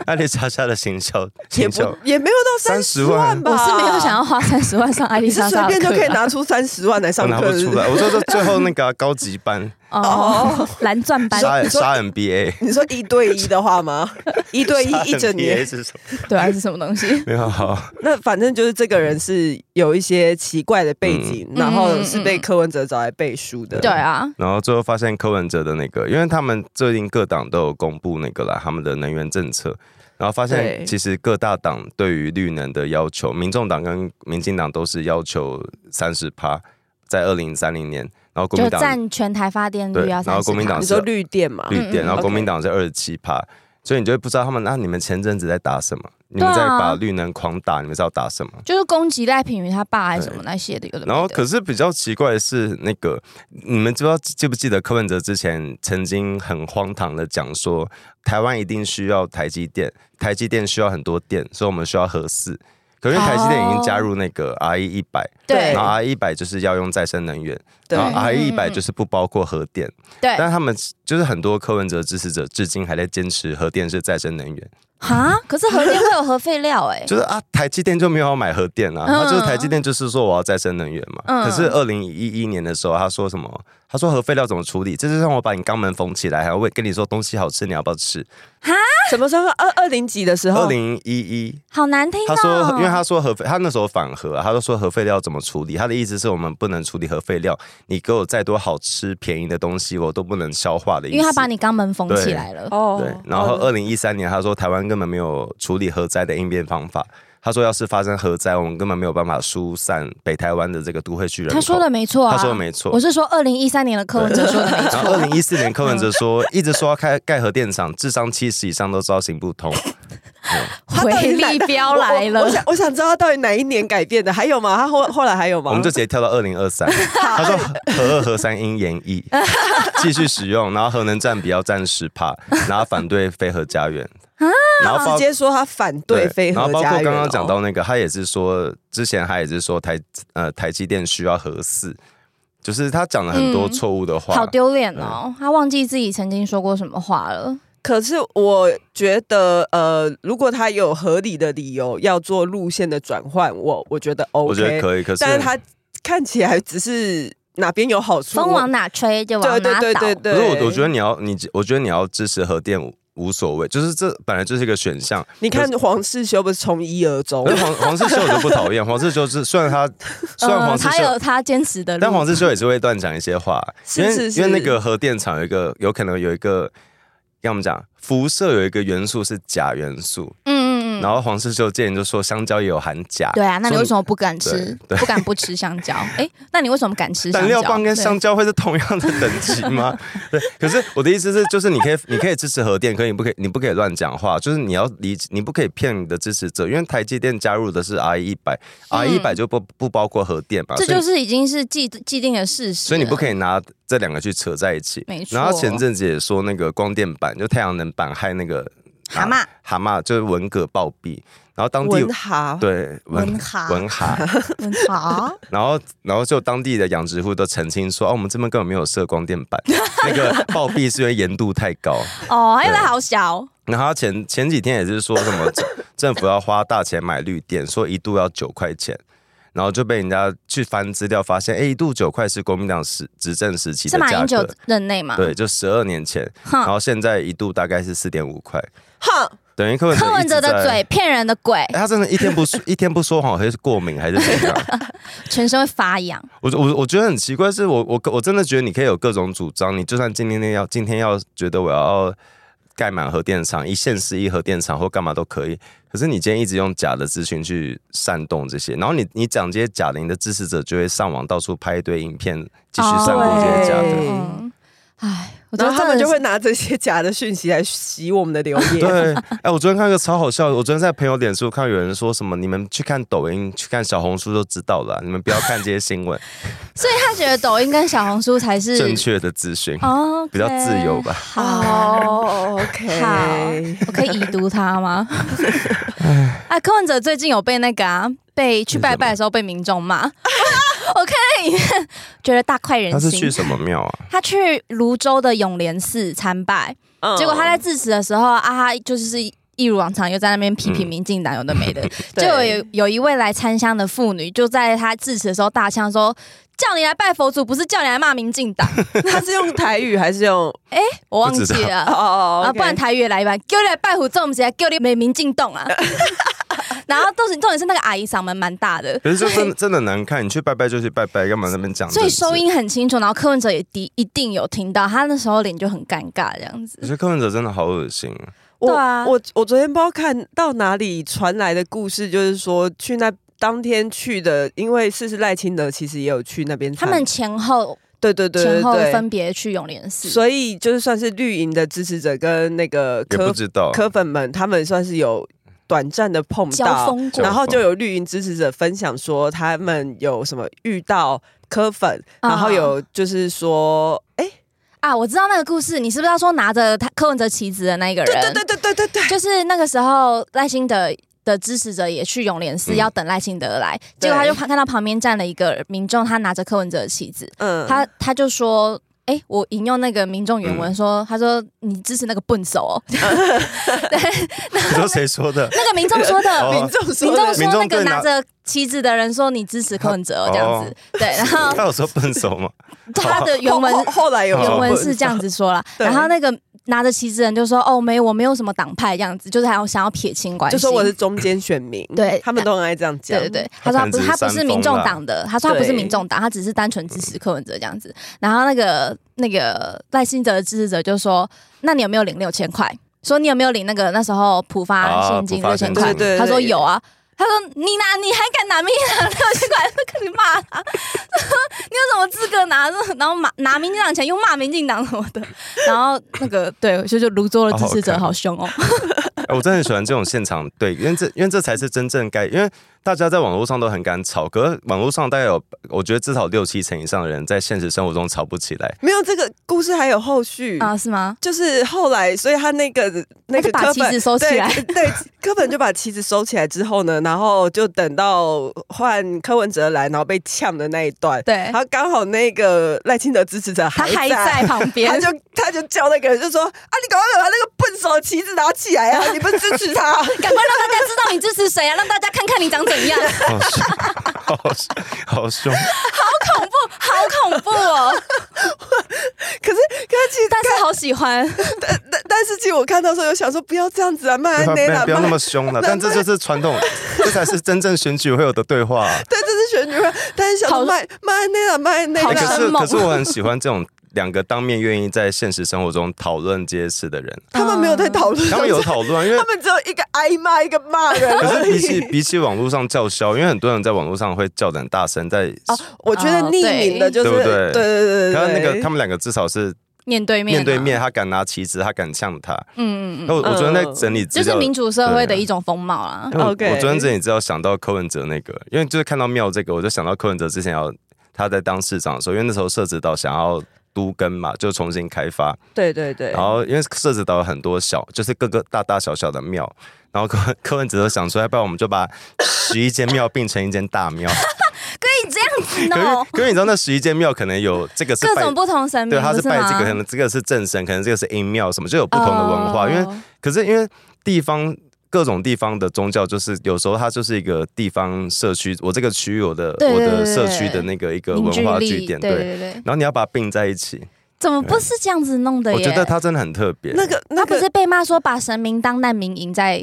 [SPEAKER 2] 艾丽莎莎的行销
[SPEAKER 1] 也
[SPEAKER 2] 行
[SPEAKER 1] 不
[SPEAKER 2] 销，
[SPEAKER 1] 也没有到三十万吧？
[SPEAKER 3] 我是没有想要花三十万上艾丽
[SPEAKER 1] 你是
[SPEAKER 3] 莎
[SPEAKER 1] 随
[SPEAKER 3] 莎的
[SPEAKER 1] 便就
[SPEAKER 3] 课啊
[SPEAKER 1] 可以
[SPEAKER 3] 啦
[SPEAKER 1] 拿出三十万来
[SPEAKER 2] 我
[SPEAKER 1] 上
[SPEAKER 2] 拿
[SPEAKER 1] 课
[SPEAKER 2] 不
[SPEAKER 1] 是不
[SPEAKER 2] 出
[SPEAKER 1] 是
[SPEAKER 2] 来。？我说这最后那个啊、高级班
[SPEAKER 3] 哦，蓝钻班
[SPEAKER 2] 杀杀 MBA，
[SPEAKER 1] 你说一对一的话 吗？一对一
[SPEAKER 2] 杀
[SPEAKER 1] 一整
[SPEAKER 2] MBA
[SPEAKER 1] 年，
[SPEAKER 2] 是什么？
[SPEAKER 3] 对啊是什么东西？
[SPEAKER 2] 没有好，
[SPEAKER 1] 那反正就是这个人是有一些奇怪的背
[SPEAKER 2] 嗯
[SPEAKER 1] 景，然后是被柯文哲找来背书的。
[SPEAKER 3] 对啊，
[SPEAKER 2] 然后最后发现柯文哲的那个，因为他们最近各党都有公布那个啦，他们的能源政策。然后发现，
[SPEAKER 1] 对
[SPEAKER 2] 其实各大党对于绿能的要求，民众党跟民进党都是要求三十趴，在二零三零年，然后国
[SPEAKER 3] 就
[SPEAKER 2] 民党
[SPEAKER 3] 占全台发电率
[SPEAKER 2] 对
[SPEAKER 3] 要
[SPEAKER 2] 然后
[SPEAKER 3] 三
[SPEAKER 2] 国民党
[SPEAKER 1] 你说绿电嘛？
[SPEAKER 2] 绿
[SPEAKER 3] 嗯
[SPEAKER 2] 电，
[SPEAKER 3] 嗯
[SPEAKER 2] 然后国
[SPEAKER 1] OK
[SPEAKER 2] 啊民党是二十七趴，所以你就会不知道他们那、你们前阵子在打什么。你们在
[SPEAKER 3] 对啊
[SPEAKER 2] 把绿能狂打，你们知道打什么？
[SPEAKER 3] 就是攻击赖品妤他爸还是什么那些的，有的没的。
[SPEAKER 2] 然后，可是比较奇怪的是，那个你们知不知道记不记得柯文哲之前曾经很荒唐的讲说，台湾一定需要台积电，台积电需要很多电，所以我们需要核四。可是因为台积电已经加入那个 R E 一百，
[SPEAKER 1] 对
[SPEAKER 3] 哦对
[SPEAKER 2] 然后 R E 一百就是要用再生能源，
[SPEAKER 1] 对
[SPEAKER 2] 然后 R E 一
[SPEAKER 3] 嗯哎
[SPEAKER 2] 百
[SPEAKER 3] 嗯嗯
[SPEAKER 2] 就是不包括核电，
[SPEAKER 3] 对
[SPEAKER 2] 但他们就是很多柯文哲支持者至今还在坚持核电是再生能源，
[SPEAKER 3] 哈，可是核电会有核废料哎、
[SPEAKER 2] 就是啊，台积电就没有要买核电啊，
[SPEAKER 3] 嗯
[SPEAKER 2] 他就是台积电就是说我要再生能源嘛。
[SPEAKER 3] 嗯
[SPEAKER 2] 可是二零一一年的时候，他说什么？他说核废料怎么处理？这就让我把你肛门缝起来，还会跟你说东西好吃，你要不要吃？
[SPEAKER 1] 什么时候？二二零几的时
[SPEAKER 2] 二
[SPEAKER 1] 候？
[SPEAKER 2] 零一一，
[SPEAKER 3] 好难听哦、
[SPEAKER 2] 他说，因为他说核废，他那时候反核啊、他就说核废料怎么处理？他的意思是我们不能处理核废料，你给我再多好吃便宜的东西，我都不能消化的意思。
[SPEAKER 3] 因为他把你肛门缝起来了。
[SPEAKER 1] 哦
[SPEAKER 2] 对，然后
[SPEAKER 1] 哦
[SPEAKER 2] 二零一三年他说台湾根本没有处理核灾的应变方法。他说，要是发生核灾，我们根本没有办法疏散北台湾的这个都会区人口。
[SPEAKER 3] 他说的没错啊，
[SPEAKER 2] 他说的没错
[SPEAKER 3] 我是说二零一三年的柯文哲说的没
[SPEAKER 2] 然后二
[SPEAKER 3] 错。
[SPEAKER 2] 零一四年柯文哲说，一直说要开盖核电厂，智商七十以上都招行不 通。
[SPEAKER 1] 他到底
[SPEAKER 3] 回
[SPEAKER 1] 是哪
[SPEAKER 3] 力标来
[SPEAKER 1] 我我
[SPEAKER 3] 了
[SPEAKER 1] 我，想，我想知道他到底哪一年改变的？还有吗？他后后来还有吗？
[SPEAKER 2] 我们就直接跳到二零二三。他说核二核三应研议，继续使用，然后核能占比要占十帕，然后反对非核家园。
[SPEAKER 3] 啊
[SPEAKER 2] 然后包
[SPEAKER 1] 直接说他反对非
[SPEAKER 2] 然
[SPEAKER 1] 核
[SPEAKER 2] 后包括
[SPEAKER 1] 家园哦
[SPEAKER 2] 刚刚讲到那个，他也是说，之前他也是说台呃台积电需要核四，就是他讲了很多
[SPEAKER 3] 嗯
[SPEAKER 2] 错误的话。
[SPEAKER 3] 好丢脸哦！他忘记自己曾经说过什么话了。
[SPEAKER 1] 可是我觉得，呃，如果他有合理的理由要做路线的转换，我我觉得 OK，
[SPEAKER 2] 我觉得可以，可是
[SPEAKER 1] 但是他看起来只是哪边有好处，
[SPEAKER 3] 风往哪吹就往
[SPEAKER 1] 对
[SPEAKER 3] 哪
[SPEAKER 1] 对
[SPEAKER 3] 倒。
[SPEAKER 1] 对对
[SPEAKER 2] 可
[SPEAKER 1] 对，
[SPEAKER 2] 是我我觉得你要你我觉得你要支持核电无无所谓，就是这本来就是一个选项。
[SPEAKER 1] 你看
[SPEAKER 2] 可
[SPEAKER 1] 黄世修不是从一而终
[SPEAKER 2] 可，是黄黄世修我就不讨厌，黄世修是虽 然他虽然
[SPEAKER 3] 呃，
[SPEAKER 2] 黄世
[SPEAKER 3] 他
[SPEAKER 2] 修。
[SPEAKER 3] 有他坚持的路，
[SPEAKER 2] 但黄世修也是会乱讲一 些话，
[SPEAKER 1] 是
[SPEAKER 2] 因为
[SPEAKER 1] 是是
[SPEAKER 2] 因为那个核电厂有一个有可能有一个，要我们讲辐射有一个元素是钾元素，
[SPEAKER 3] 嗯嗯嗯，
[SPEAKER 2] 然后黄世修之前就说香蕉也有含钾，
[SPEAKER 3] 对啊，那你
[SPEAKER 2] 所以
[SPEAKER 3] 为什么不敢吃？
[SPEAKER 2] 对
[SPEAKER 3] 不敢不吃香 蕉？哎，那你为什么敢吃
[SPEAKER 2] 胆
[SPEAKER 3] 香蕉？
[SPEAKER 2] 料棒跟
[SPEAKER 3] 对
[SPEAKER 2] 香蕉会是同样的等级吗？ 对，可是我的意思是，就是你可以，你可以支持核电，可以不可以？你不可以乱讲话，就是你要理，你不可以骗你的支持者，因为台积电加入的是 R 一百，R 一百就不不包括核电嘛，
[SPEAKER 3] 嗯这
[SPEAKER 2] 啊所以
[SPEAKER 3] 就是已经是既既定的事实了。
[SPEAKER 2] 所以你不可以拿这两个去扯在一起。
[SPEAKER 3] 没错
[SPEAKER 2] 然后前阵子也说那个光电板，就太阳能板害那个
[SPEAKER 3] 蛤蟆
[SPEAKER 2] 啊蛤蟆就是文革暴毙，然后当地
[SPEAKER 1] 文蛤
[SPEAKER 2] 对
[SPEAKER 3] 文蛤
[SPEAKER 2] 文蛤。
[SPEAKER 3] 嗯好，
[SPEAKER 2] 然后，然后就当地的养殖户都澄清说，哦，我们这边根本没有设光电 板，那个暴毙是因为盐度太高。
[SPEAKER 3] 哦，因为好小，
[SPEAKER 2] 然后他前前几天也是说什么 政政府要花大钱买绿电，说一度要九块钱，然后就被人家去翻资料发现，哎，一度九块是国民党时执政时期
[SPEAKER 3] 是
[SPEAKER 2] 的
[SPEAKER 3] 马
[SPEAKER 2] 价
[SPEAKER 3] 英九
[SPEAKER 2] 格，
[SPEAKER 3] 任内嘛？
[SPEAKER 2] 对，就十二年前，
[SPEAKER 3] 哼，
[SPEAKER 2] 然后现在一度大概是四点五块，
[SPEAKER 1] 哼，
[SPEAKER 2] 等于柯文哲
[SPEAKER 3] 柯文哲
[SPEAKER 2] 一直在
[SPEAKER 3] 的嘴。骗人的鬼，
[SPEAKER 2] 哎他真的一天不说一天不说谎，还是过敏还是怎样？
[SPEAKER 3] 全身会发 痒。
[SPEAKER 2] 我我我觉得很奇怪，是我我我真的觉得你可以有各种主张，你就算今天要今天要觉得我要盖满核电厂，一线是一核电厂或干嘛都可以，可是你今天一直用假的资讯去煽动这些，然后你你讲这些假的，你的支持者就会上网到处拍一堆影片，继续散布这些假
[SPEAKER 1] 哦
[SPEAKER 2] 的。
[SPEAKER 1] 对
[SPEAKER 3] 嗯，哎，我觉
[SPEAKER 1] 然
[SPEAKER 3] 得
[SPEAKER 1] 后他们
[SPEAKER 3] 真的
[SPEAKER 1] 就是会拿这些假的讯息来洗我们的留言，
[SPEAKER 2] 对，哎、我昨天看一个超好笑的，我昨天在朋友脸书看有人说什么，你们去看抖音、去看小红书就知道了啊、你们不要看这些新闻，
[SPEAKER 3] 所以他觉得抖音跟小红书才是
[SPEAKER 2] 正确的资讯
[SPEAKER 3] 哦，
[SPEAKER 2] 比较自由吧。
[SPEAKER 3] 好，
[SPEAKER 1] 哦
[SPEAKER 3] 好
[SPEAKER 1] ，OK，
[SPEAKER 3] 我可以已读他 吗？哎，柯文哲最近有被那个啊，被去拜拜的时候被民众骂。 我看了影片，觉得大快人
[SPEAKER 2] 他是
[SPEAKER 3] 心
[SPEAKER 2] 去。什么庙啊？
[SPEAKER 3] 他去泸州的永联寺参拜，
[SPEAKER 1] 嗯
[SPEAKER 3] 结果他在致辞的时候啊，他就是一如往常又在那边批
[SPEAKER 2] 嗯
[SPEAKER 3] 评民进党有的没的，就有有一位来参香的妇女就在他致辞的时候大呛说：“叫你来拜佛祖，不是叫你来骂民进 党。
[SPEAKER 1] 他是用台语还是用？
[SPEAKER 3] 我忘记
[SPEAKER 2] 不知
[SPEAKER 1] 哦
[SPEAKER 3] 了
[SPEAKER 1] 哦，
[SPEAKER 3] 啊，
[SPEAKER 1] OK
[SPEAKER 3] 不然台语也来一版，叫你来拜佛祖，我们直接叫你美民进洞啊。 然后都是重点是那个阿姨嗓门蛮大
[SPEAKER 1] 嗯
[SPEAKER 3] 的，
[SPEAKER 2] 可是就真的真的难看，你去拜拜就去拜拜，干嘛那边讲？
[SPEAKER 3] 所以收。音很清楚。然后柯文哲也的一定有听到，他那时候脸就很尴尬这样子
[SPEAKER 1] 嗯
[SPEAKER 2] 我。觉得柯文哲真的好恶心，
[SPEAKER 1] 我
[SPEAKER 3] 对啊
[SPEAKER 1] 我我昨天不知道看到哪里传来的故事，就是说去那当天去的，因为是是赖清德其实也有去那边
[SPEAKER 3] 他
[SPEAKER 1] 参，
[SPEAKER 3] 们前后
[SPEAKER 1] 对对对
[SPEAKER 3] 前
[SPEAKER 1] 对
[SPEAKER 3] 后
[SPEAKER 1] 对
[SPEAKER 3] 分别去永联寺，
[SPEAKER 1] 所以就是算是绿营的支持者跟那个
[SPEAKER 2] 也不
[SPEAKER 1] 科
[SPEAKER 2] 知道。
[SPEAKER 1] 科粉们，他们算是有短暂的碰
[SPEAKER 3] 交
[SPEAKER 1] 到，
[SPEAKER 3] 锋过
[SPEAKER 1] 然后就有绿营支持者分享说他们有什么遇到柯粉，
[SPEAKER 3] 啊
[SPEAKER 1] 然后有就是说，哎、
[SPEAKER 3] 啊！我知道那个故事，你是不是要说拿着他柯文哲旗子的那一个人？
[SPEAKER 1] 对对对对对对对，
[SPEAKER 3] 就是那个时候赖清德的支持者也去永联寺、
[SPEAKER 2] 嗯
[SPEAKER 3] 要等赖清德来，
[SPEAKER 1] 对
[SPEAKER 3] 结果他就看看到旁边站了一个民众，他拿着柯文哲的旗子，
[SPEAKER 1] 嗯，
[SPEAKER 3] 他他就说。哎、我引用那个民众原文说，他说你支持那个笨手哦，
[SPEAKER 2] 你说谁说的？
[SPEAKER 3] 那个民众说的，
[SPEAKER 2] 哦
[SPEAKER 1] 民众
[SPEAKER 3] 民
[SPEAKER 1] 说
[SPEAKER 3] 众
[SPEAKER 1] 的
[SPEAKER 3] 说那
[SPEAKER 2] 民众
[SPEAKER 3] 个
[SPEAKER 2] 对
[SPEAKER 3] 拿
[SPEAKER 2] 拿
[SPEAKER 3] 着旗子的人说你支持柯文哲哦
[SPEAKER 2] 哦
[SPEAKER 3] 这样子，对，然后
[SPEAKER 2] 他有说笨手吗？
[SPEAKER 3] 他的原 文
[SPEAKER 1] 后后后来有
[SPEAKER 2] 哦
[SPEAKER 3] 原文是这样子说啦，
[SPEAKER 1] 对
[SPEAKER 3] 然后那个拿着旗子的人就说哦没有我没有什么党派这样子，就是还有想要撇清关系，
[SPEAKER 1] 就说我是中间选民，
[SPEAKER 3] 对
[SPEAKER 1] 他们都很爱这样讲，
[SPEAKER 3] 对对对，他说他不是
[SPEAKER 2] 他可
[SPEAKER 3] 他不
[SPEAKER 2] 能只
[SPEAKER 3] 是
[SPEAKER 2] 是
[SPEAKER 3] 民众党的，他说他不是
[SPEAKER 1] 对
[SPEAKER 3] 民众党，他只是单纯支持柯文哲这样子。然后那个那个赖清德的支持者就说：“那你有没有领六千块？说你有没有领那个那时候普发
[SPEAKER 2] 啊
[SPEAKER 3] 现金
[SPEAKER 2] 普发
[SPEAKER 3] 六千块
[SPEAKER 1] 现？”金对对对
[SPEAKER 3] 他说有啊。他说：“你拿，你还敢拿命拿六千块？ 可以骂他！你有什么资格拿？然后骂拿民进党钱，又骂民进党什么的。然后那个对，就就泸州的支持者
[SPEAKER 2] 好好看
[SPEAKER 3] 好凶哦。
[SPEAKER 2] 哎我真的很喜欢这种现场对，因为这因为这才是真正该，因为大家在网络上都很敢吵，可是网络上大概有，我觉得至少六七成以上的人在现实生活中吵不起来。
[SPEAKER 1] 没有这个故事还有后续
[SPEAKER 3] 啊，是吗？
[SPEAKER 1] 就是后来，所以他那个那个
[SPEAKER 3] 把
[SPEAKER 1] 柯
[SPEAKER 3] 旗
[SPEAKER 1] 本
[SPEAKER 3] 子收起
[SPEAKER 1] 对
[SPEAKER 3] 来
[SPEAKER 1] 对，柯本就把旗子收起来之后呢，然后就等到换柯文哲来，然后被呛的那一段，
[SPEAKER 3] 对
[SPEAKER 1] 然后刚好那个赖清德支持者
[SPEAKER 3] 他还在
[SPEAKER 1] 在。
[SPEAKER 3] 旁边，
[SPEAKER 1] 他就他就叫那个人就说啊，你赶快把那个笨手的旗子拿起来 啊！你不是支持他？
[SPEAKER 3] 赶快让大家知道你支持谁啊！让大家看看你长怎 样，
[SPEAKER 2] 好凶，好凶好凶！
[SPEAKER 3] 恐怖，好恐怖哦！
[SPEAKER 1] 可是可是其实
[SPEAKER 3] 但是好喜欢，
[SPEAKER 1] 但但是其实我看到的时候有想说不要这样子啊，慢安
[SPEAKER 2] 不
[SPEAKER 1] 内
[SPEAKER 2] 要
[SPEAKER 1] 啦，
[SPEAKER 2] 不要那
[SPEAKER 1] 慢
[SPEAKER 2] 么凶了，但这就是传统，这才是真正选举会有的对话啊、
[SPEAKER 1] 对，这是选举嘛，但是想
[SPEAKER 3] 好
[SPEAKER 1] 说慢慢安内啦，慢安内
[SPEAKER 3] 好
[SPEAKER 2] 哎可
[SPEAKER 1] 啦。
[SPEAKER 2] 是
[SPEAKER 3] 生猛
[SPEAKER 2] 可是我很喜欢这种两个当面愿意在现实生活中讨论这些事的 人，
[SPEAKER 1] 他们没有在讨论，
[SPEAKER 2] 他们有讨论，因为
[SPEAKER 1] 他们只有一个挨骂，一个骂人
[SPEAKER 2] 可
[SPEAKER 1] 而
[SPEAKER 2] 是比起
[SPEAKER 1] 已。
[SPEAKER 2] 比起网络上叫嚣，因为很多人在网络上会叫的很大声，在
[SPEAKER 1] 哦， 我觉得匿名的就是
[SPEAKER 2] 哦对对不对
[SPEAKER 1] 对对对
[SPEAKER 2] 他那
[SPEAKER 1] 对
[SPEAKER 2] 个
[SPEAKER 1] 对，
[SPEAKER 2] 他们两个至少是
[SPEAKER 3] 面对面、啊
[SPEAKER 2] 面对，面，他敢拿旗子，他敢呛他。
[SPEAKER 3] 嗯嗯
[SPEAKER 2] 那
[SPEAKER 3] 嗯，
[SPEAKER 2] 我我昨天在整理资
[SPEAKER 3] 就是
[SPEAKER 2] 料，
[SPEAKER 3] 民主社会的一种风貌啊。
[SPEAKER 2] 因为我
[SPEAKER 1] OK
[SPEAKER 2] 我昨天整理资料想到柯文哲那个，因为就是看到妙这个，我就想到柯文哲之前要他在当市长的时候，因为那时候社子岛想要。都跟嘛，就重新开发，
[SPEAKER 1] 对对对
[SPEAKER 2] 然后因为社子岛有很多小，就是各个大大小小的庙，然后柯 柯文哲就想说，要不然我们就把十一间庙并成一间大 庙。
[SPEAKER 3] 可以这样子
[SPEAKER 2] 可
[SPEAKER 3] 哦
[SPEAKER 2] 是，可是你知道那十一间庙可能有这个是
[SPEAKER 3] 各
[SPEAKER 2] 拜
[SPEAKER 3] 种不同神
[SPEAKER 2] 对，
[SPEAKER 3] 明，
[SPEAKER 2] 他是
[SPEAKER 3] 不
[SPEAKER 2] 拜
[SPEAKER 3] 吗
[SPEAKER 2] 这个，可能这个是正神，可能这个是阴庙，什么就有不同的文化。因为
[SPEAKER 3] 哦
[SPEAKER 2] 可是因为地方各种地方的宗教，就是有时候它就是一个地方社区，我这个区域我的
[SPEAKER 3] 对
[SPEAKER 2] 我
[SPEAKER 3] 对
[SPEAKER 2] 的
[SPEAKER 3] 对
[SPEAKER 2] 社区的那个一个文化
[SPEAKER 3] 凝
[SPEAKER 2] 据
[SPEAKER 3] 聚力
[SPEAKER 2] 点，
[SPEAKER 3] 对
[SPEAKER 2] 对。
[SPEAKER 3] 对对，
[SPEAKER 2] 然后你要把它并在一起，
[SPEAKER 3] 怎么不是这样子弄的耶？
[SPEAKER 2] 我觉得它真的很特别。
[SPEAKER 1] 那个那
[SPEAKER 3] 他不
[SPEAKER 1] 个
[SPEAKER 3] 是被骂说把神明当难民 营在，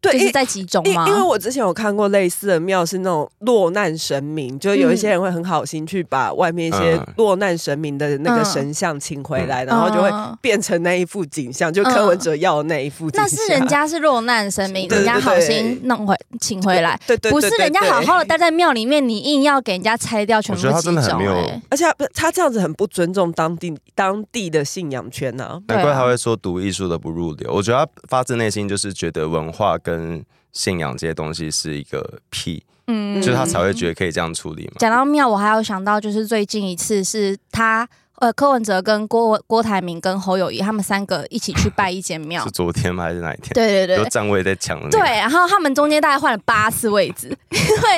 [SPEAKER 1] 对，
[SPEAKER 3] 就是
[SPEAKER 1] 因
[SPEAKER 3] 在集中啊
[SPEAKER 1] 因
[SPEAKER 3] 吗？
[SPEAKER 1] 因为我之前有看过类似的庙，是那种落难神明，就有一些人会很好心去把外面一些
[SPEAKER 2] 嗯
[SPEAKER 1] 落难神明的那个
[SPEAKER 3] 嗯
[SPEAKER 1] 神像请回来，然后就会
[SPEAKER 3] 嗯
[SPEAKER 1] 变成那一副景象，就柯文哲要的那一副景象。
[SPEAKER 3] 那是人
[SPEAKER 2] 啊
[SPEAKER 3] 家是落难神明，
[SPEAKER 1] 对
[SPEAKER 3] 人
[SPEAKER 1] 对
[SPEAKER 3] 家
[SPEAKER 1] 对
[SPEAKER 3] 好心弄回请回来，
[SPEAKER 1] 对对，对
[SPEAKER 3] 不是人家好。
[SPEAKER 1] 对对
[SPEAKER 3] 好的待在庙里面，你硬要给人家拆掉全部
[SPEAKER 2] 我觉得他真的很
[SPEAKER 3] 集中
[SPEAKER 2] 没有
[SPEAKER 3] 欸
[SPEAKER 1] 而且他他这样子很不尊重当地当地的信仰圈呐、啊。
[SPEAKER 3] 对啊
[SPEAKER 2] 难怪他会说读艺术的不入流。我觉得他发自内心就是觉得文化跟信仰这些东西是一个屁，
[SPEAKER 3] 嗯
[SPEAKER 2] 就是他才会觉得可以这样处理嘛。
[SPEAKER 3] 讲到庙，我还有想到就是最近一次是他呃柯文哲跟郭郭台铭跟侯友谊他们三个一起去拜一间庙
[SPEAKER 2] 是，昨天吗？还是哪一天？
[SPEAKER 3] 对嗯对
[SPEAKER 2] 有
[SPEAKER 3] 对。
[SPEAKER 2] 站位在抢的那个。
[SPEAKER 3] 对，然后他们中间大概换了八次位置，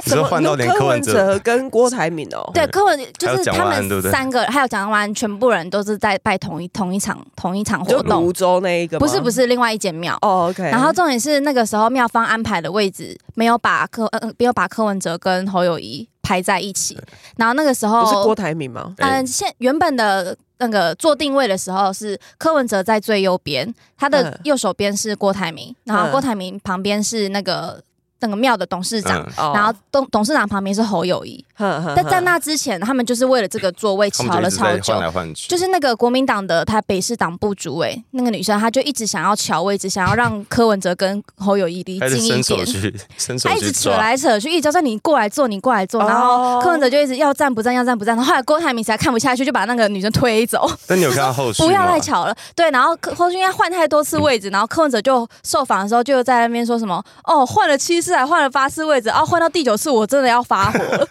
[SPEAKER 2] 只是换到连柯文哲，
[SPEAKER 1] 哲跟郭台铭哦，
[SPEAKER 3] 对，
[SPEAKER 2] 对
[SPEAKER 3] 柯文就
[SPEAKER 2] 还
[SPEAKER 3] 是
[SPEAKER 2] 有蒋
[SPEAKER 3] 他
[SPEAKER 2] 万安对
[SPEAKER 3] 们
[SPEAKER 2] 不对
[SPEAKER 3] 三个，还有蒋万安，全部人都是在拜同一同一场同一场
[SPEAKER 1] 就
[SPEAKER 3] 活动
[SPEAKER 1] 泸，州那一个吗，
[SPEAKER 3] 不是不是另外一间庙。
[SPEAKER 1] 哦，OK。
[SPEAKER 3] 然后重点是那个时候妙方安排的位置没有把柯呃呃没有把柯文哲跟侯友谊排在一起，然后那个时候
[SPEAKER 1] 不是郭台铭吗？
[SPEAKER 2] 哎
[SPEAKER 3] 嗯，现原本的那个做定位的时候是柯文哲在最右边，他的
[SPEAKER 1] 嗯
[SPEAKER 3] 右手边是郭台铭，然后
[SPEAKER 1] 嗯
[SPEAKER 3] 郭台铭旁边是那个那个庙的董事长，
[SPEAKER 2] 嗯
[SPEAKER 1] 哦
[SPEAKER 3] 然后董董事长旁边是侯友谊。
[SPEAKER 1] 哼哼
[SPEAKER 3] 但在
[SPEAKER 1] 哼
[SPEAKER 3] 那之前，他们就是为了这个座位
[SPEAKER 2] 他们
[SPEAKER 3] 吵
[SPEAKER 2] 就
[SPEAKER 3] 了
[SPEAKER 2] 一直
[SPEAKER 3] 超
[SPEAKER 2] 在
[SPEAKER 3] 久
[SPEAKER 2] 换。来换去，
[SPEAKER 3] 就是那个国民党的台北市党部主委那个女生，她就一直想要抢位置，想要让柯文哲跟侯友谊离
[SPEAKER 2] 开
[SPEAKER 3] 近
[SPEAKER 2] 始
[SPEAKER 3] 一
[SPEAKER 2] 伸手
[SPEAKER 3] 点。
[SPEAKER 2] 去伸手
[SPEAKER 3] 她一
[SPEAKER 2] 去
[SPEAKER 3] 直扯
[SPEAKER 2] 抓，
[SPEAKER 3] 来扯去，一直叫说你过来坐，你过来坐，然后
[SPEAKER 1] 哦
[SPEAKER 3] 柯文哲就一直要站不站，要站不站。然后后来郭台铭实在看不下去，就把那个女生推 走。
[SPEAKER 2] 但你有看到后
[SPEAKER 1] 啊
[SPEAKER 2] 续吗？
[SPEAKER 3] 不要再吵了。对，然后柯后续因为换太多次位置，然后柯文哲就受访的时候就在那边说什么哦，换了七次还换了八次位置，哦，换到第九次我真的要发火 了，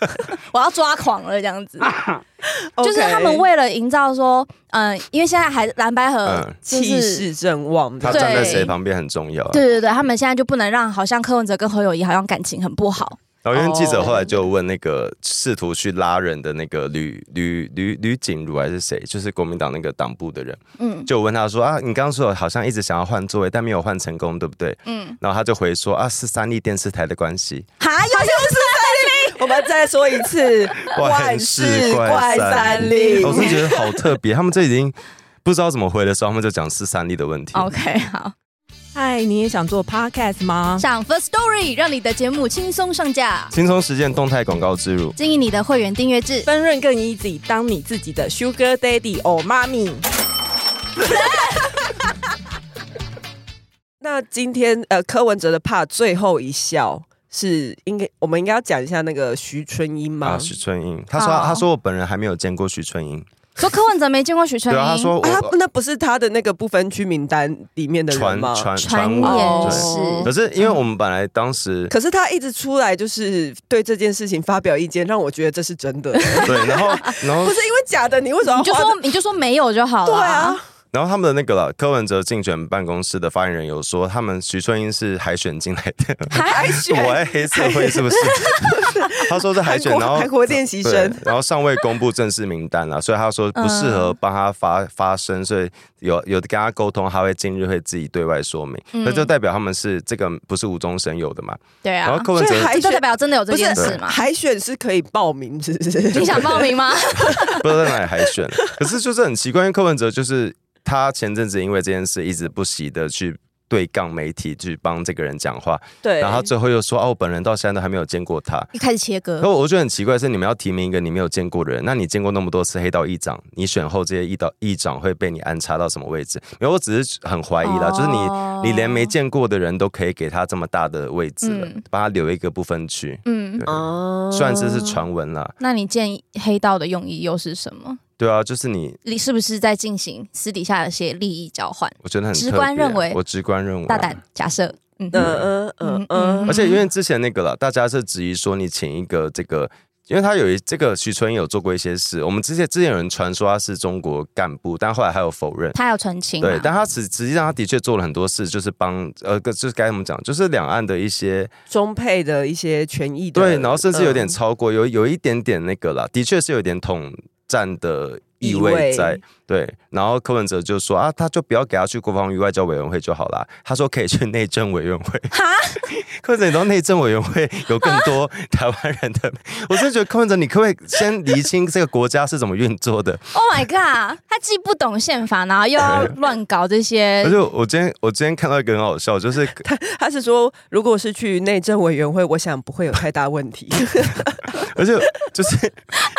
[SPEAKER 3] 我要抓狂了这样子。就是他们
[SPEAKER 1] 啊 OK
[SPEAKER 3] 为了营造说，嗯、因为现在还蓝白河
[SPEAKER 2] 嗯
[SPEAKER 3] 就
[SPEAKER 1] 气
[SPEAKER 3] 是。
[SPEAKER 1] 势正旺
[SPEAKER 2] 他
[SPEAKER 1] 的，
[SPEAKER 3] 对
[SPEAKER 2] 站在谁旁边很重要啊。
[SPEAKER 3] 对对对，他们现在就不能让好像柯文哲跟侯友谊好像感情很不好，
[SPEAKER 2] 然后因为记者
[SPEAKER 1] 哦
[SPEAKER 2] 后来就问那
[SPEAKER 3] 哦
[SPEAKER 2] 个试图去拉人的那个吕吕吕吕景如还是谁，就是国民党那个党部的人，
[SPEAKER 3] 嗯
[SPEAKER 2] 就问他说啊，你刚刚说好像一直想要换座位，但没有换成功，对不对？
[SPEAKER 3] 嗯，
[SPEAKER 2] 然后他就回说啊，是三立电视台的关系，
[SPEAKER 3] 哈，又是
[SPEAKER 1] 我们再说一次，
[SPEAKER 2] 万事怪三
[SPEAKER 1] 立
[SPEAKER 2] 我真的觉得好特别，他们这已经不知道怎么回的时候，他们就讲是三立的问题。
[SPEAKER 3] OK 好，
[SPEAKER 1] 嗨，你也想做 podcast 吗？
[SPEAKER 3] 上 First Story 让你的节目轻松上架，
[SPEAKER 2] 轻松实践动态广告植入，
[SPEAKER 3] 经营你的会员订阅制，
[SPEAKER 1] 分润更 easy，当你自己的 sugar daddy or mommy。那今天呃，柯文哲的怕最后一笑是应该，我们应该要讲一下那个徐春英吗？
[SPEAKER 2] 啊，许春英，他说、
[SPEAKER 3] 哦
[SPEAKER 2] 他说我本人还没有见过许春英，
[SPEAKER 3] 说柯文哲没见过许春
[SPEAKER 2] 对
[SPEAKER 3] 英，
[SPEAKER 2] 啊，他说我、
[SPEAKER 1] 啊，那不是他的那个不分区名单里面的人
[SPEAKER 2] 传
[SPEAKER 1] 吗？
[SPEAKER 2] 传
[SPEAKER 3] 传
[SPEAKER 2] 闻，
[SPEAKER 3] 言
[SPEAKER 1] 哦
[SPEAKER 2] 对。可
[SPEAKER 3] 是
[SPEAKER 2] 是因为我们本来当时
[SPEAKER 1] 可是他一直出来就是对这件事情发表意见，让我觉得这是真 的，
[SPEAKER 2] 对，然后然
[SPEAKER 1] 不
[SPEAKER 2] 后
[SPEAKER 1] 是因为假哦的，你为什么要
[SPEAKER 3] 你就
[SPEAKER 1] 花这
[SPEAKER 3] 说你就说没有就好了。
[SPEAKER 1] 对啊，，
[SPEAKER 2] 然后他们的那个了，柯文哲竞选办公室的发言人有说，他们徐春英是海选进来的，
[SPEAKER 1] 海选
[SPEAKER 2] 我爱黑社会是不是？ 他说是海
[SPEAKER 1] 韩
[SPEAKER 2] 选，
[SPEAKER 1] 国
[SPEAKER 2] 然后
[SPEAKER 1] 韩国练习
[SPEAKER 2] 对
[SPEAKER 1] 生，
[SPEAKER 2] 然后尚未公布正式名单啦，所以他说不适
[SPEAKER 1] 嗯
[SPEAKER 2] 合帮他发发声，所以有有跟他沟通，他会近日会自己对外说明，
[SPEAKER 3] 嗯
[SPEAKER 2] 那就代表他们是这个不是无中生有的嘛。
[SPEAKER 3] 对
[SPEAKER 2] 然
[SPEAKER 3] 啊
[SPEAKER 2] 后，柯文哲
[SPEAKER 1] 所以还
[SPEAKER 3] 这就代表真的有这
[SPEAKER 1] 不是
[SPEAKER 3] 件事嘛？
[SPEAKER 1] 海选是可以报名，是不是？
[SPEAKER 3] 你想报 名吗？
[SPEAKER 2] 不知道在哪里海选，可是就是很奇怪，因为柯文哲就是他前阵子因为这件事一直不惜的去。对杠媒体去帮这个人讲话，
[SPEAKER 1] 对，
[SPEAKER 2] 然后他最后又说：“哦、我本人到现在都还没有见过他。”
[SPEAKER 3] 一开始切割
[SPEAKER 2] 可，我觉得很奇怪，是你们要提名一个你没有见过的人，那你见过那么多次黑道议长，你选后这些议道议长会被你安插到什么位置？没有，我只是很怀疑啦，就是
[SPEAKER 3] 哦
[SPEAKER 2] 你你连没见过的人都可以给他这么大的位置了，
[SPEAKER 3] 嗯
[SPEAKER 2] 帮他留一个不分区。
[SPEAKER 3] 嗯，
[SPEAKER 1] 哦
[SPEAKER 2] 虽然这是传闻啦，
[SPEAKER 3] 那你建议黑道的用意又是什么？
[SPEAKER 2] 对啊，就是你，
[SPEAKER 3] 你是不是在进行私底下的一些利益交换？
[SPEAKER 2] 我觉得很
[SPEAKER 3] 直
[SPEAKER 2] 特别
[SPEAKER 3] 观认为
[SPEAKER 2] 我直观认为啊
[SPEAKER 3] 大胆假设，嗯哼，
[SPEAKER 1] 嗯嗯嗯嗯，
[SPEAKER 2] 而且因为之前那个了，大家是质疑说你请一个这个，因为他有一这个徐春英有做过一些事，我们之前之前有人传说他是中国干部，但后来还有否认。
[SPEAKER 3] 他要澄清嘛，啊
[SPEAKER 2] 对，但他实实际上他的确做了很多事，就是帮呃，个就是该怎么讲，就是两岸的一些
[SPEAKER 1] 中配的一些权益的
[SPEAKER 2] 对，然后甚至有点
[SPEAKER 1] 嗯
[SPEAKER 2] 超过，有有一点点那个啦，的确是有点统战的意味在。对，然后柯文哲就说啊，他就不要给他去国防与外交委员会就好啦。他说可以去内政委员会。柯文哲，你到内政委员会有更多台湾人的，我真的觉得柯文哲，你可不可以先厘清这个国家是怎么运作的？
[SPEAKER 3] ，Oh my god，他既不懂宪法，然后又要乱搞这些
[SPEAKER 2] 而，且我今天我今天看到一个很好笑，就是
[SPEAKER 1] 他是说，如果是去内政委员会，我想不会有太大问题。
[SPEAKER 2] 而且就是，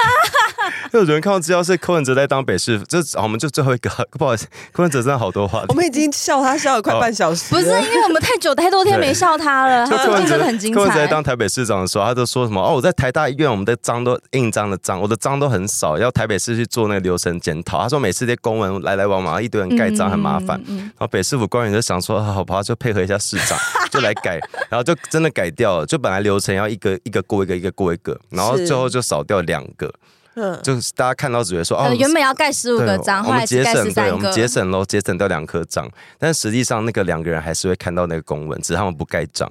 [SPEAKER 2] 因为有人看到资料是柯文哲在当北市，这好我们就最后一个， 不好意思，柯文哲真的好多话
[SPEAKER 1] 我。们已经笑他笑了
[SPEAKER 2] 哦
[SPEAKER 1] 快半小时
[SPEAKER 3] 不
[SPEAKER 1] 了，
[SPEAKER 3] 是因为我们太久太多天没笑他 了，
[SPEAKER 2] 就
[SPEAKER 3] 他
[SPEAKER 2] 柯文哲
[SPEAKER 3] 最近 真的很精
[SPEAKER 2] 柯文哲在
[SPEAKER 3] 彩。
[SPEAKER 2] 当台北市长的时候，他都说什么哦，我在台大医院，我们的章都印章的章，我的章都很少，要台北市去做那个流程检讨。他说每次这些公文来来往往，一堆人盖章很麻烦。
[SPEAKER 3] 嗯，嗯嗯
[SPEAKER 2] 然后北市府官员就想说，啊好吧，就配合一下市长， 就来改，然后就真的改掉了。就本来流程要一个一个过一个，一个过一个，然后
[SPEAKER 1] 是
[SPEAKER 2] 最后就少掉两个，
[SPEAKER 1] 嗯，
[SPEAKER 2] 就是大家看到只会说哦，我
[SPEAKER 3] 呃
[SPEAKER 2] 们
[SPEAKER 3] 原本要盖十五
[SPEAKER 2] 对，
[SPEAKER 3] 个章，
[SPEAKER 2] 我
[SPEAKER 3] 后来
[SPEAKER 2] 们
[SPEAKER 3] 只
[SPEAKER 2] 节
[SPEAKER 3] 盖十
[SPEAKER 2] 省，对，我们
[SPEAKER 3] 三个。
[SPEAKER 2] 节省喽，节省掉两颗章，但实际上那个两个人还是会看到那个公文，只是他们不盖章。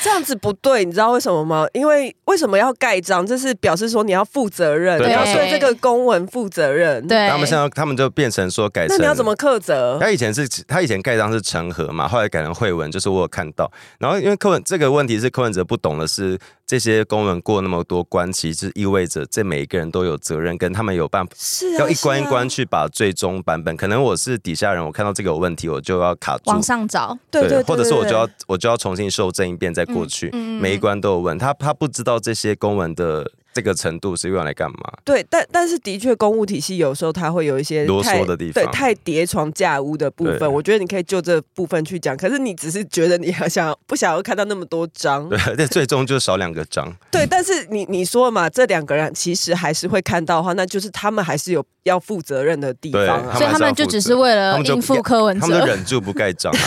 [SPEAKER 1] 这样子不对，你知道为什么吗？因为为什么要盖章？这是表示说你要负责任，
[SPEAKER 2] 对
[SPEAKER 1] 你要对这个公文负责任。，
[SPEAKER 3] 对，
[SPEAKER 2] 他们现在他们就变成说改成，
[SPEAKER 1] 那你要怎么苛责？
[SPEAKER 2] 他以前是他以前盖章是成盒嘛，后来改成惠文，就是我有看到。然后因为柯文这个问题是柯文哲不懂的是，这些公文过那么多关，其实意味着这每一个人都有责任，跟他们有办法。
[SPEAKER 1] 是啊，
[SPEAKER 2] 要一关一
[SPEAKER 1] 是啊
[SPEAKER 2] 关去把最终版本，可能我是底下人，我看到这个有问题，我就要卡住
[SPEAKER 3] 往，上找，
[SPEAKER 1] 对对，对
[SPEAKER 2] 或者是我就要
[SPEAKER 1] 对
[SPEAKER 2] 我就要重新修正一遍再过去，
[SPEAKER 3] 嗯嗯嗯
[SPEAKER 2] 每一关都有问他，他不知道这些公文的这个程度是用来干嘛，
[SPEAKER 1] 对，但但是的确，公务体系有时候它会有一些
[SPEAKER 2] 啰嗦
[SPEAKER 1] 太
[SPEAKER 2] 的地方
[SPEAKER 1] 对，太叠床架屋的部
[SPEAKER 2] 对
[SPEAKER 1] 分，我觉得你可以就这部分去讲。可是你只是觉得你还想不想要看到那么多章？
[SPEAKER 2] 对，而且最终就少两个章，
[SPEAKER 1] 对，但是你你说了嘛，这两个人其实还是会看到的话，那就是他们还是有要负责任的地
[SPEAKER 2] 对
[SPEAKER 1] 方
[SPEAKER 2] 他
[SPEAKER 1] 啊
[SPEAKER 3] 所。以
[SPEAKER 2] 还
[SPEAKER 3] 他
[SPEAKER 2] 是要
[SPEAKER 3] 们就
[SPEAKER 2] 负
[SPEAKER 3] 只
[SPEAKER 2] 责
[SPEAKER 3] 是为
[SPEAKER 2] 他
[SPEAKER 3] 了
[SPEAKER 2] 们就
[SPEAKER 3] 呃应
[SPEAKER 2] 不
[SPEAKER 3] 付柯文
[SPEAKER 2] 他们就
[SPEAKER 3] 哲，
[SPEAKER 2] 忍住不盖 章，啊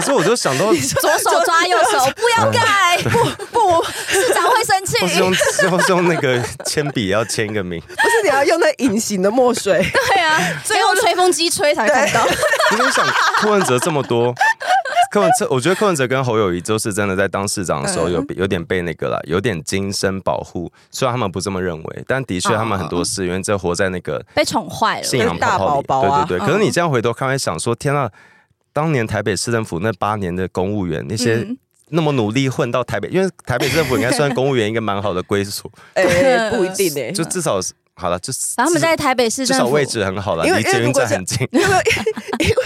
[SPEAKER 2] 可是我就想到
[SPEAKER 3] 左手抓右手， 不要盖，不不，市长会生
[SPEAKER 2] 嗯或是
[SPEAKER 3] 气。
[SPEAKER 2] 用或是用那个铅笔要签一个名，
[SPEAKER 1] 不是你要用那隐形的墨 水，
[SPEAKER 3] 对 啊，所以用吹风机吹才会看到。
[SPEAKER 2] 你就想柯文哲这么多，柯文哲，我觉得柯文哲跟侯友谊都是真的在当市长的时候
[SPEAKER 3] 嗯
[SPEAKER 2] 有有点被那个啦，有点精神保护，虽然他们不这么认为，但的
[SPEAKER 3] 哦
[SPEAKER 2] 确他们很多事，因为这活在那个
[SPEAKER 3] 被宠坏了。
[SPEAKER 2] 信仰泡泡里，
[SPEAKER 1] 大宝宝啊
[SPEAKER 2] 对对对。可是你这样回头看，会想说，天啊！当年台北市政府那八年的公务员，那些
[SPEAKER 3] 嗯
[SPEAKER 2] 那么努力混到台北，因为台北市政府应该算公务员一个蛮好的 归宿，
[SPEAKER 1] 哎、
[SPEAKER 3] 对
[SPEAKER 1] 不一定哎、
[SPEAKER 2] 就至少是好了，就是
[SPEAKER 3] 然后他们在台北市
[SPEAKER 2] 至
[SPEAKER 3] 政
[SPEAKER 2] 少
[SPEAKER 3] 府
[SPEAKER 2] 位置很好了，
[SPEAKER 1] 因为
[SPEAKER 2] 离捷
[SPEAKER 1] 因为
[SPEAKER 2] 运
[SPEAKER 1] 如果
[SPEAKER 2] 站很近。
[SPEAKER 1] 因为因为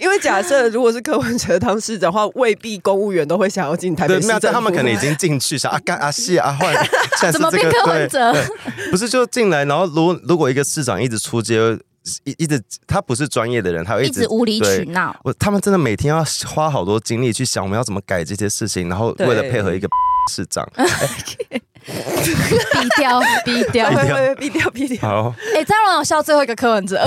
[SPEAKER 1] 因为假设如果是柯文哲当市长的话，未必公务员都会想要进台
[SPEAKER 2] 对
[SPEAKER 1] 北，市
[SPEAKER 2] 没有，
[SPEAKER 1] 政府。
[SPEAKER 2] 但他们可能已经进 去，想啊干啊谢啊换，现在是
[SPEAKER 3] 怎么
[SPEAKER 2] 这
[SPEAKER 3] 变
[SPEAKER 2] 个
[SPEAKER 3] 柯文
[SPEAKER 2] 对
[SPEAKER 3] 哲
[SPEAKER 2] 对，不是就进来，然后如果如果一个市长一直出街，一一直他不是专业的人，他会
[SPEAKER 3] 一
[SPEAKER 2] 一直
[SPEAKER 3] 直无理取
[SPEAKER 2] 对
[SPEAKER 3] 闹，
[SPEAKER 2] 我他们真的每天要花好多精力去想我们要怎么改这些事情，然后
[SPEAKER 1] 对
[SPEAKER 2] 为了配合一个 市长，哎
[SPEAKER 3] 低 调低调
[SPEAKER 1] 会。
[SPEAKER 2] 一定
[SPEAKER 1] 会
[SPEAKER 2] 要
[SPEAKER 1] 会毙掉毙掉。
[SPEAKER 2] 好，
[SPEAKER 3] 哎，再让我笑最后一个柯文哲，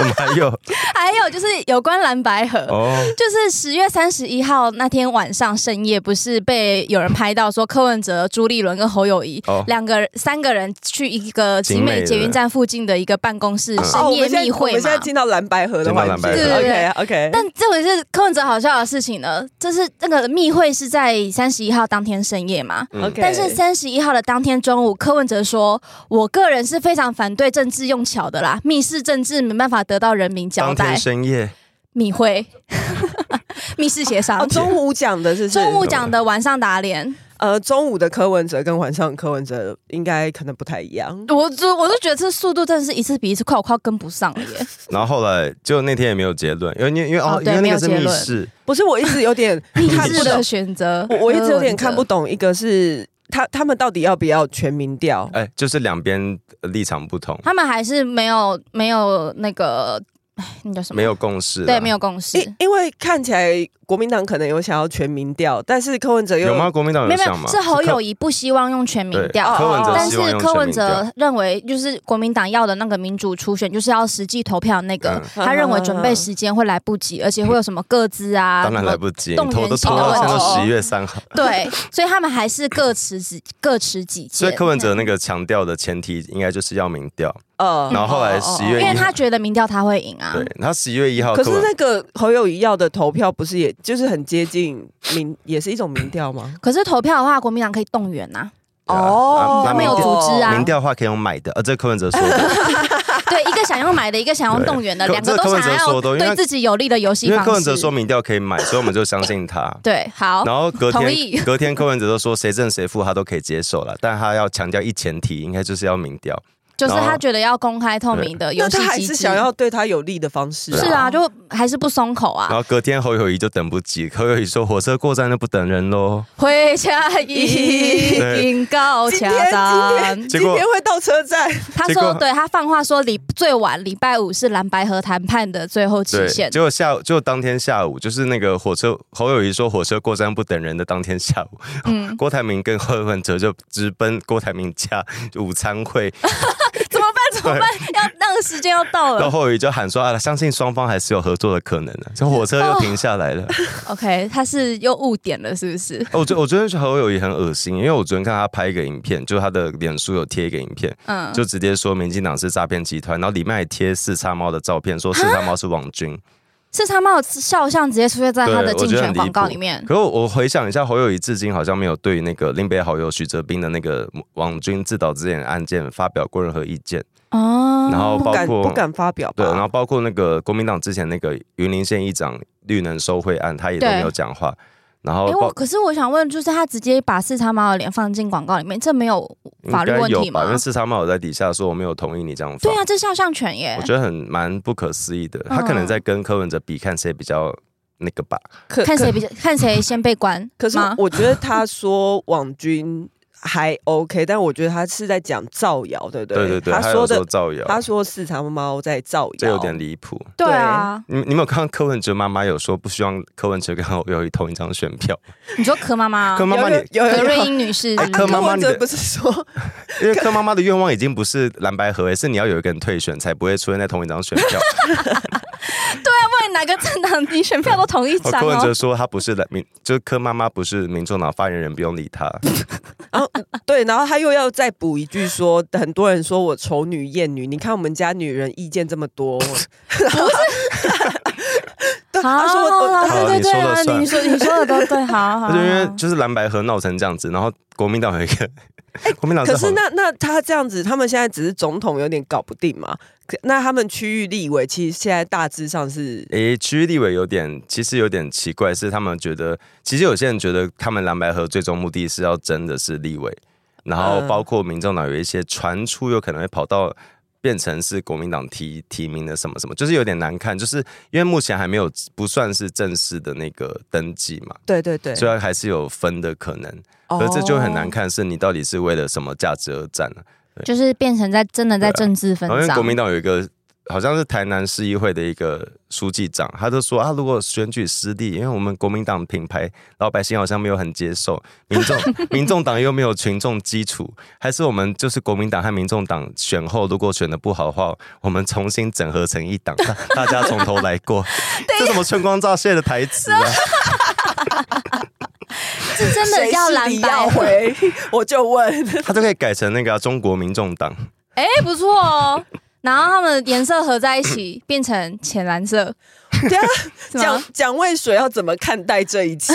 [SPEAKER 2] 我们还有
[SPEAKER 3] 还有就是有关蓝白河。
[SPEAKER 2] 哦，
[SPEAKER 3] 就是十月三十一号那天晚上深夜，不是被有人拍到说柯文哲、朱立伦跟侯友谊
[SPEAKER 2] 哦
[SPEAKER 3] 两个人、三个人去一个集美捷运站附近的一个办公室
[SPEAKER 2] 嗯
[SPEAKER 1] 哦，
[SPEAKER 3] 深
[SPEAKER 1] 我
[SPEAKER 3] 夜
[SPEAKER 1] 们现
[SPEAKER 3] 密
[SPEAKER 1] 在我
[SPEAKER 3] 会
[SPEAKER 1] 们
[SPEAKER 3] 嘛
[SPEAKER 1] 现在？进到蓝白河的环
[SPEAKER 2] 进到
[SPEAKER 1] 节
[SPEAKER 2] 蓝
[SPEAKER 3] 白河
[SPEAKER 1] ，OK OK。
[SPEAKER 3] 但这回是柯文哲好笑的事情呢，就是那个密会是在三十一号当天深夜嘛，
[SPEAKER 2] 嗯
[SPEAKER 1] OK，
[SPEAKER 3] 但是三十一号的当天中午，柯文哲说：“我个人是非常反对政治用巧的啦，密室政治没办法得到人民交
[SPEAKER 2] 当天
[SPEAKER 3] 代。
[SPEAKER 2] 深夜，”
[SPEAKER 3] 米会， 密室协商
[SPEAKER 1] 哦，。中午讲的是不是
[SPEAKER 3] 中午讲的，晚上打脸，
[SPEAKER 1] 呃，中午的柯文哲跟晚上的柯文哲应该可能不太一样。
[SPEAKER 3] 我就我就觉得这速度真的是一次比一次快，我快要跟不上了 耶！
[SPEAKER 2] 然后后来就那天也没有结论，因为因为因为
[SPEAKER 3] 哦
[SPEAKER 2] 哦，因
[SPEAKER 3] 对
[SPEAKER 2] 为
[SPEAKER 3] 没
[SPEAKER 2] 那个
[SPEAKER 3] 有
[SPEAKER 2] 是
[SPEAKER 3] 结
[SPEAKER 2] 密
[SPEAKER 3] 论
[SPEAKER 2] 室，
[SPEAKER 1] 不是，我一直有 点
[SPEAKER 3] 密
[SPEAKER 1] 看
[SPEAKER 3] 室
[SPEAKER 1] 不
[SPEAKER 3] 的
[SPEAKER 1] 懂，
[SPEAKER 3] 选择，
[SPEAKER 1] 我我一直有点看不
[SPEAKER 3] 懂。
[SPEAKER 1] 懂，一个是他他们到底要不要全民调？
[SPEAKER 3] 呃
[SPEAKER 2] 哎，就是两边呃立场不同，
[SPEAKER 3] 他们还是没有没有那个，哎，那叫什么？
[SPEAKER 2] 没有啊共识啦，
[SPEAKER 3] 对，没有共识。
[SPEAKER 1] 因因为看起来国民党可能有想要全民调，但是柯文哲又
[SPEAKER 2] 有吗？国民党
[SPEAKER 3] 没
[SPEAKER 2] 有
[SPEAKER 3] 有没
[SPEAKER 2] 想
[SPEAKER 3] 有，
[SPEAKER 2] 吗？
[SPEAKER 3] 是侯
[SPEAKER 2] 柯
[SPEAKER 3] 友谊不希望用全民
[SPEAKER 2] 对
[SPEAKER 3] 调，哦
[SPEAKER 2] 柯文
[SPEAKER 1] 哦
[SPEAKER 2] 哲
[SPEAKER 3] 但
[SPEAKER 2] 希
[SPEAKER 3] 是
[SPEAKER 2] 望用
[SPEAKER 3] 柯
[SPEAKER 2] 全
[SPEAKER 3] 文
[SPEAKER 2] 民调
[SPEAKER 3] 哲认为，就是国民党要的那个民主初选，就是要实际投票那个，
[SPEAKER 1] 嗯
[SPEAKER 3] 他认为准备时间会来不及，而且会有什么各自啊，
[SPEAKER 2] 当然
[SPEAKER 3] 什么
[SPEAKER 2] 来不及，
[SPEAKER 3] 动
[SPEAKER 2] 你拖
[SPEAKER 3] 员哦
[SPEAKER 2] 都
[SPEAKER 3] 性
[SPEAKER 2] 拖
[SPEAKER 1] 的
[SPEAKER 2] 到现
[SPEAKER 1] 问
[SPEAKER 2] 在
[SPEAKER 1] 题
[SPEAKER 2] 十一月三号。
[SPEAKER 3] 对，所以他们还是各持己 各持己见。嗯
[SPEAKER 2] 所以柯文哲那个强调的前提应该就是要民调，
[SPEAKER 1] 呃
[SPEAKER 2] 然后后来十一月
[SPEAKER 3] 因
[SPEAKER 2] 一
[SPEAKER 3] 为
[SPEAKER 2] 号
[SPEAKER 3] 他，觉得民调他会赢啊，
[SPEAKER 2] 对，他十一月一号
[SPEAKER 1] 可
[SPEAKER 2] 柯
[SPEAKER 1] 是
[SPEAKER 2] 文，
[SPEAKER 1] 那个侯友谊要的投票不是也就是很接近民，也是一种民调吗？
[SPEAKER 3] 可是投票的话，国民党可以动员 呐、
[SPEAKER 2] 对啊
[SPEAKER 1] 哦
[SPEAKER 2] 啊
[SPEAKER 3] 他们有组织啊
[SPEAKER 2] 民调的话可以用买的，呃，这柯文哲说 的，
[SPEAKER 3] 对，一个想要买的，一个想要动员的，
[SPEAKER 2] 对
[SPEAKER 3] 两个
[SPEAKER 2] 这
[SPEAKER 3] 都
[SPEAKER 2] 柯文
[SPEAKER 3] 想
[SPEAKER 2] 哲
[SPEAKER 3] 要
[SPEAKER 2] 说的因为
[SPEAKER 3] 对自己有利的游戏
[SPEAKER 2] 因为
[SPEAKER 3] 方
[SPEAKER 2] 柯文哲
[SPEAKER 3] 式。
[SPEAKER 2] 说民调可以买，所以我们就相信 他。
[SPEAKER 3] 对，好，
[SPEAKER 2] 然后隔
[SPEAKER 3] 哦同意
[SPEAKER 2] 天， 隔天柯文哲就说谁正谁负他都可以接受了，但他要强调一前提，应该就是要民调。
[SPEAKER 3] 就是
[SPEAKER 2] 然
[SPEAKER 3] 他
[SPEAKER 2] 后
[SPEAKER 3] 觉得要公开透明的游
[SPEAKER 1] 那
[SPEAKER 3] 戏
[SPEAKER 1] 他还
[SPEAKER 3] 机
[SPEAKER 1] 是
[SPEAKER 3] 制。
[SPEAKER 1] 想要对他有利的方式、
[SPEAKER 3] 是啊，就还是不松口
[SPEAKER 2] 然
[SPEAKER 3] 啊，
[SPEAKER 2] 后隔天侯友谊就等不及，侯友谊说火车过站就不等人喽。
[SPEAKER 3] 回家一
[SPEAKER 2] 对
[SPEAKER 3] 警告
[SPEAKER 1] 今天
[SPEAKER 3] 家长
[SPEAKER 1] 今天。
[SPEAKER 3] 嗯
[SPEAKER 2] 结
[SPEAKER 1] 今
[SPEAKER 2] 果
[SPEAKER 1] 天会到车站，
[SPEAKER 3] 他
[SPEAKER 2] 结
[SPEAKER 3] 说，
[SPEAKER 2] 果
[SPEAKER 3] 对他放话说礼最晚礼拜五是蓝白河谈判的最后期
[SPEAKER 2] 对，
[SPEAKER 3] 限。
[SPEAKER 2] 结果下午就当天下午，就是那个火车侯友谊说火车过站不等人的当天下午，
[SPEAKER 3] 嗯，
[SPEAKER 2] 郭台铭跟柯文哲就直奔郭台铭家午餐会，
[SPEAKER 3] 怎么办？怎么办？要那个时间要
[SPEAKER 2] 然后
[SPEAKER 3] 到了。
[SPEAKER 2] 侯友谊就喊说啊，相信双方还是有合作的可能的、就火车
[SPEAKER 3] 哦
[SPEAKER 2] 又停下来 了。哦
[SPEAKER 3] OK，他是又误点了，是不是？
[SPEAKER 2] 我觉我觉得侯友谊很恶心，因为我昨天看他拍一个影片，就他的脸书有贴一个影片，
[SPEAKER 3] 嗯，
[SPEAKER 2] 就
[SPEAKER 3] 啊
[SPEAKER 2] 直接说民进党是诈骗集团，然后里面还贴四叉猫的照片，说四叉猫是网军。
[SPEAKER 3] 四叉猫的肖像直接出现在他
[SPEAKER 2] 对
[SPEAKER 3] 的
[SPEAKER 2] 我
[SPEAKER 3] 竞
[SPEAKER 2] 觉得很
[SPEAKER 3] 选广告
[SPEAKER 2] 离谱
[SPEAKER 3] 里面。
[SPEAKER 2] 可我我回想一下，侯友谊至今好像没有对那个林北好友许哲斌的那个网军自导自演案件发表过任何意见。
[SPEAKER 3] 哦，
[SPEAKER 2] 然后
[SPEAKER 1] 不敢
[SPEAKER 2] 包括
[SPEAKER 1] 不敢发表吧。
[SPEAKER 3] 啊
[SPEAKER 2] 对，然后包括那个国民党之前那个云林县议长绿能收贿案，他也都
[SPEAKER 3] 对
[SPEAKER 2] 没有讲话。然后
[SPEAKER 3] 哎、我
[SPEAKER 2] 包
[SPEAKER 3] 可是我想问，就是他直接把四叉猫的脸放进广告里面，这没有
[SPEAKER 2] 应
[SPEAKER 3] 法律
[SPEAKER 2] 该
[SPEAKER 3] 问
[SPEAKER 2] 有
[SPEAKER 3] 题
[SPEAKER 2] 吧？因
[SPEAKER 3] 吗
[SPEAKER 2] 为？四叉猫有在底下说我没有同意你这样放。
[SPEAKER 3] 对啊，嗯这肖像权耶
[SPEAKER 2] 我，觉得很蛮不可思议的。他可能在跟柯文哲比，看谁比较那个吧。
[SPEAKER 1] 可
[SPEAKER 3] 看
[SPEAKER 1] 可
[SPEAKER 3] 谁比较看谁先被关
[SPEAKER 1] 可是
[SPEAKER 3] 吗？
[SPEAKER 1] 我觉得他说网军还 OK，但我觉得他是在讲造谣，对不
[SPEAKER 2] 对对对，
[SPEAKER 1] 他
[SPEAKER 2] 还
[SPEAKER 1] 说
[SPEAKER 2] 有
[SPEAKER 1] 的
[SPEAKER 2] 说造谣，
[SPEAKER 1] 他说四长猫在造谣，
[SPEAKER 2] 这有点离谱。
[SPEAKER 3] 对啊，
[SPEAKER 2] 你你有没有看到柯文哲妈妈有说不希望柯文哲跟侯友谊同一张选票？
[SPEAKER 3] 你说柯妈妈
[SPEAKER 2] 柯，妈妈
[SPEAKER 1] 有
[SPEAKER 2] 你，
[SPEAKER 1] 有有
[SPEAKER 3] 柯
[SPEAKER 1] 有
[SPEAKER 3] 瑞
[SPEAKER 1] 有。
[SPEAKER 3] 英女士
[SPEAKER 2] 哎
[SPEAKER 3] 是不
[SPEAKER 2] 柯
[SPEAKER 3] 是
[SPEAKER 2] 妈妈
[SPEAKER 1] 文
[SPEAKER 2] 你
[SPEAKER 1] 哲
[SPEAKER 2] 的
[SPEAKER 1] 不是说
[SPEAKER 2] 因为柯妈妈的愿望已经不是蓝白合，是你要有一个人退选才不会出现在同一张选 票。
[SPEAKER 3] 对哪个政党你选票都同一
[SPEAKER 2] 哦，
[SPEAKER 3] 张
[SPEAKER 2] 柯文
[SPEAKER 3] 哦
[SPEAKER 2] 哲。说他不是蓝民，就是柯妈妈不是民众党发言人，不用理他。
[SPEAKER 1] 对，然后他又要再补一句说，很多人说我丑女厌女，你看我们家女人意见这么 多， 对，
[SPEAKER 3] 啊
[SPEAKER 1] 他说我
[SPEAKER 3] 好，
[SPEAKER 1] 我
[SPEAKER 2] 好
[SPEAKER 3] 好对对对啊，
[SPEAKER 2] 你
[SPEAKER 3] 你说你说的都对， 好好。
[SPEAKER 2] 就
[SPEAKER 1] 啊
[SPEAKER 2] 因为
[SPEAKER 3] 好
[SPEAKER 2] 就是蓝白合闹成这样子，然后国民党有一个， 国民党
[SPEAKER 1] 哎可是
[SPEAKER 2] 红
[SPEAKER 1] 那那他这样子，他们现在只是总统有点搞不定嘛？可那他们区域立委其实现在大致上是
[SPEAKER 2] 诶，区域立委有点，其实有点奇怪，是他们觉得，其实有些人觉得他们蓝白合最终目的是要争的是立委，然后
[SPEAKER 1] 嗯
[SPEAKER 2] 包括民众党有一些传出有可能会跑到变成是国民党提提名的什么什么，就是有点难看，就是因为目前还没有不算是正式的那个登记嘛，
[SPEAKER 1] 对对对，哦
[SPEAKER 2] 所以还是有分的可能，可是这就很难看，是你到底是为了什么价值而战啊呢、
[SPEAKER 3] 就是变成在真的在
[SPEAKER 2] 对啊
[SPEAKER 3] 政治分
[SPEAKER 2] 好像
[SPEAKER 3] 赃
[SPEAKER 2] 国，民党有一个，好像是台南市议会的一个书记长，他就说啊，如果选举失利，因为我们国民党品牌老百姓好像没有很接受，民众 民众党又没有群众基础，还是我们就是国民党和民众党选后如果选的不好的话，我们重新整合成一党，大大家从头来过，这什么春光乍泄的台词啊？
[SPEAKER 3] 是真的
[SPEAKER 1] 谁
[SPEAKER 3] 要
[SPEAKER 1] 是
[SPEAKER 3] 蓝
[SPEAKER 1] 李
[SPEAKER 3] 白啊
[SPEAKER 1] 耀
[SPEAKER 3] 合。
[SPEAKER 1] 回，我就问，
[SPEAKER 2] 他就可以改成那个啊、中国民众党，
[SPEAKER 3] 哎、不错哦。然后它们的颜色合在一起变成浅蓝色，
[SPEAKER 1] 对啊，
[SPEAKER 3] 是吗
[SPEAKER 1] 蒋？蒋渭水要怎么看待这一切？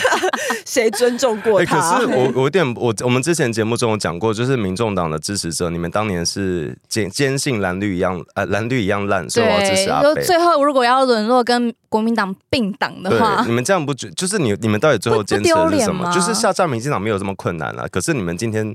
[SPEAKER 1] 谁尊重过
[SPEAKER 2] 欸可
[SPEAKER 1] 他？
[SPEAKER 2] 是 我我有点我我们之前节目中有讲过，就是民众党的支持者，你们当年是坚坚信蓝绿一样，呃，蓝绿一样烂，所以我要支持哦阿
[SPEAKER 3] 就
[SPEAKER 2] 北。
[SPEAKER 3] 最后如果要沦落跟国民党并党的话
[SPEAKER 2] 对，，你们这样不觉就是你你们到底最后
[SPEAKER 3] 不不
[SPEAKER 2] 坚持的
[SPEAKER 3] 丢
[SPEAKER 2] 是
[SPEAKER 3] 脸
[SPEAKER 2] 什么？
[SPEAKER 3] 吗
[SPEAKER 2] 就是下架民进党没有这么困难了、可是你们今天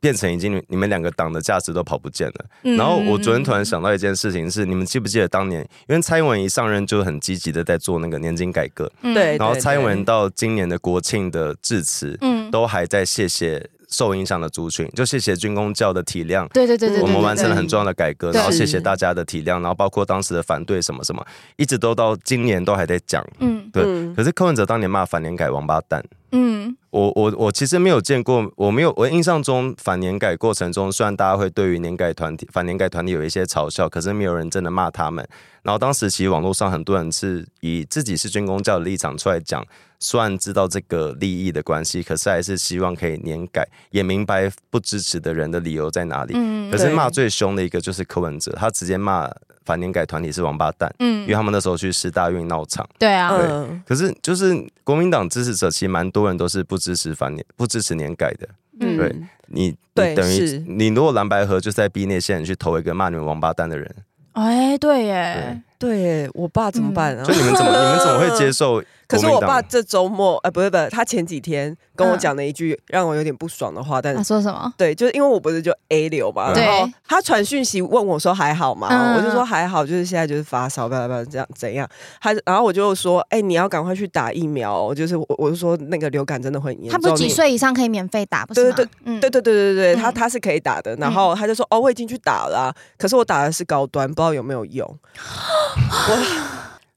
[SPEAKER 2] 变成已经你们两个党的价值都跑不见了。
[SPEAKER 3] 嗯
[SPEAKER 2] 然后我昨天突然想到一件事情是，你们记不记得当年，因为蔡英文一上任就很积极的在做那个年金改革，
[SPEAKER 3] 嗯
[SPEAKER 1] 对
[SPEAKER 2] 然后蔡英文到今年的国庆的致辞，
[SPEAKER 3] 嗯，
[SPEAKER 2] 都还在谢谢受影响的族群，就谢谢军工教的体谅。
[SPEAKER 3] 对对对对对，
[SPEAKER 2] 我们完成了
[SPEAKER 3] 对
[SPEAKER 2] 很重要的改革，
[SPEAKER 3] 对
[SPEAKER 2] 然后谢谢大家的体谅，然后包括当时的反对什么什么，一直都到今年都还在讲。
[SPEAKER 3] 嗯
[SPEAKER 2] 对
[SPEAKER 1] 嗯，
[SPEAKER 2] 可是柯文哲当年骂反年改王八蛋，
[SPEAKER 3] 嗯
[SPEAKER 2] 我我我其实没有见过，我没有我印象中反年改过程中，虽然大家会对于年改团体反年改团体有一些嘲笑，可是没有人真的骂他们。然后当时其实网络上很多人是以自己是军工教的立场出来讲，虽然知道这个利益的关系，可是还是希望可以年改，也明白不支持的人的理由在哪里。
[SPEAKER 3] 嗯
[SPEAKER 2] 可是
[SPEAKER 1] 对
[SPEAKER 2] 骂最凶的一个就是柯文哲，他直接骂反年改团体是王八蛋，因为
[SPEAKER 3] 嗯，
[SPEAKER 2] 他们那时候去师大运闹场。
[SPEAKER 3] 对啊，
[SPEAKER 1] 嗯，
[SPEAKER 2] 可是就是国民党支持者，其实蛮多人都是不支持反年不支持年改的。
[SPEAKER 3] 嗯
[SPEAKER 2] 对你
[SPEAKER 1] 对
[SPEAKER 2] 你等
[SPEAKER 1] 是
[SPEAKER 2] 于你如果蓝白河就在逼那些人去投一个骂你们王八蛋的人，
[SPEAKER 3] 哎，对耶，
[SPEAKER 1] 对耶，我爸怎么
[SPEAKER 3] 嗯
[SPEAKER 1] 办啊
[SPEAKER 2] 就？你 们怎么你们怎么会接受
[SPEAKER 1] 可
[SPEAKER 2] 国
[SPEAKER 1] 是
[SPEAKER 2] 民
[SPEAKER 1] 我爸
[SPEAKER 2] 党？
[SPEAKER 1] 这周末，呃，不是不是，他前几天跟我
[SPEAKER 3] 嗯
[SPEAKER 1] 讲了一句让我有点不爽的话，但
[SPEAKER 3] 他说什么？
[SPEAKER 1] 对，呃就是因为我不是就 A 流嘛，
[SPEAKER 2] 对
[SPEAKER 1] 然后他传讯息问我说还好嘛，
[SPEAKER 3] 嗯
[SPEAKER 1] 我就说还好，就是现在就是发烧，巴拉巴拉这样怎样？他然后我就说，哎、你要赶快去打疫苗、哦，就是我我就说那个流感真的很严重。
[SPEAKER 3] 他不是几
[SPEAKER 1] 你？
[SPEAKER 3] 岁以上可以免费打，不是
[SPEAKER 1] 对
[SPEAKER 3] 吗？
[SPEAKER 1] 对
[SPEAKER 3] 嗯
[SPEAKER 1] 对对对对对，他
[SPEAKER 3] 嗯，
[SPEAKER 1] 他是可以打的，然后他就说哦，我已经去打了啊、可是我打的是高端，不知道有没有用。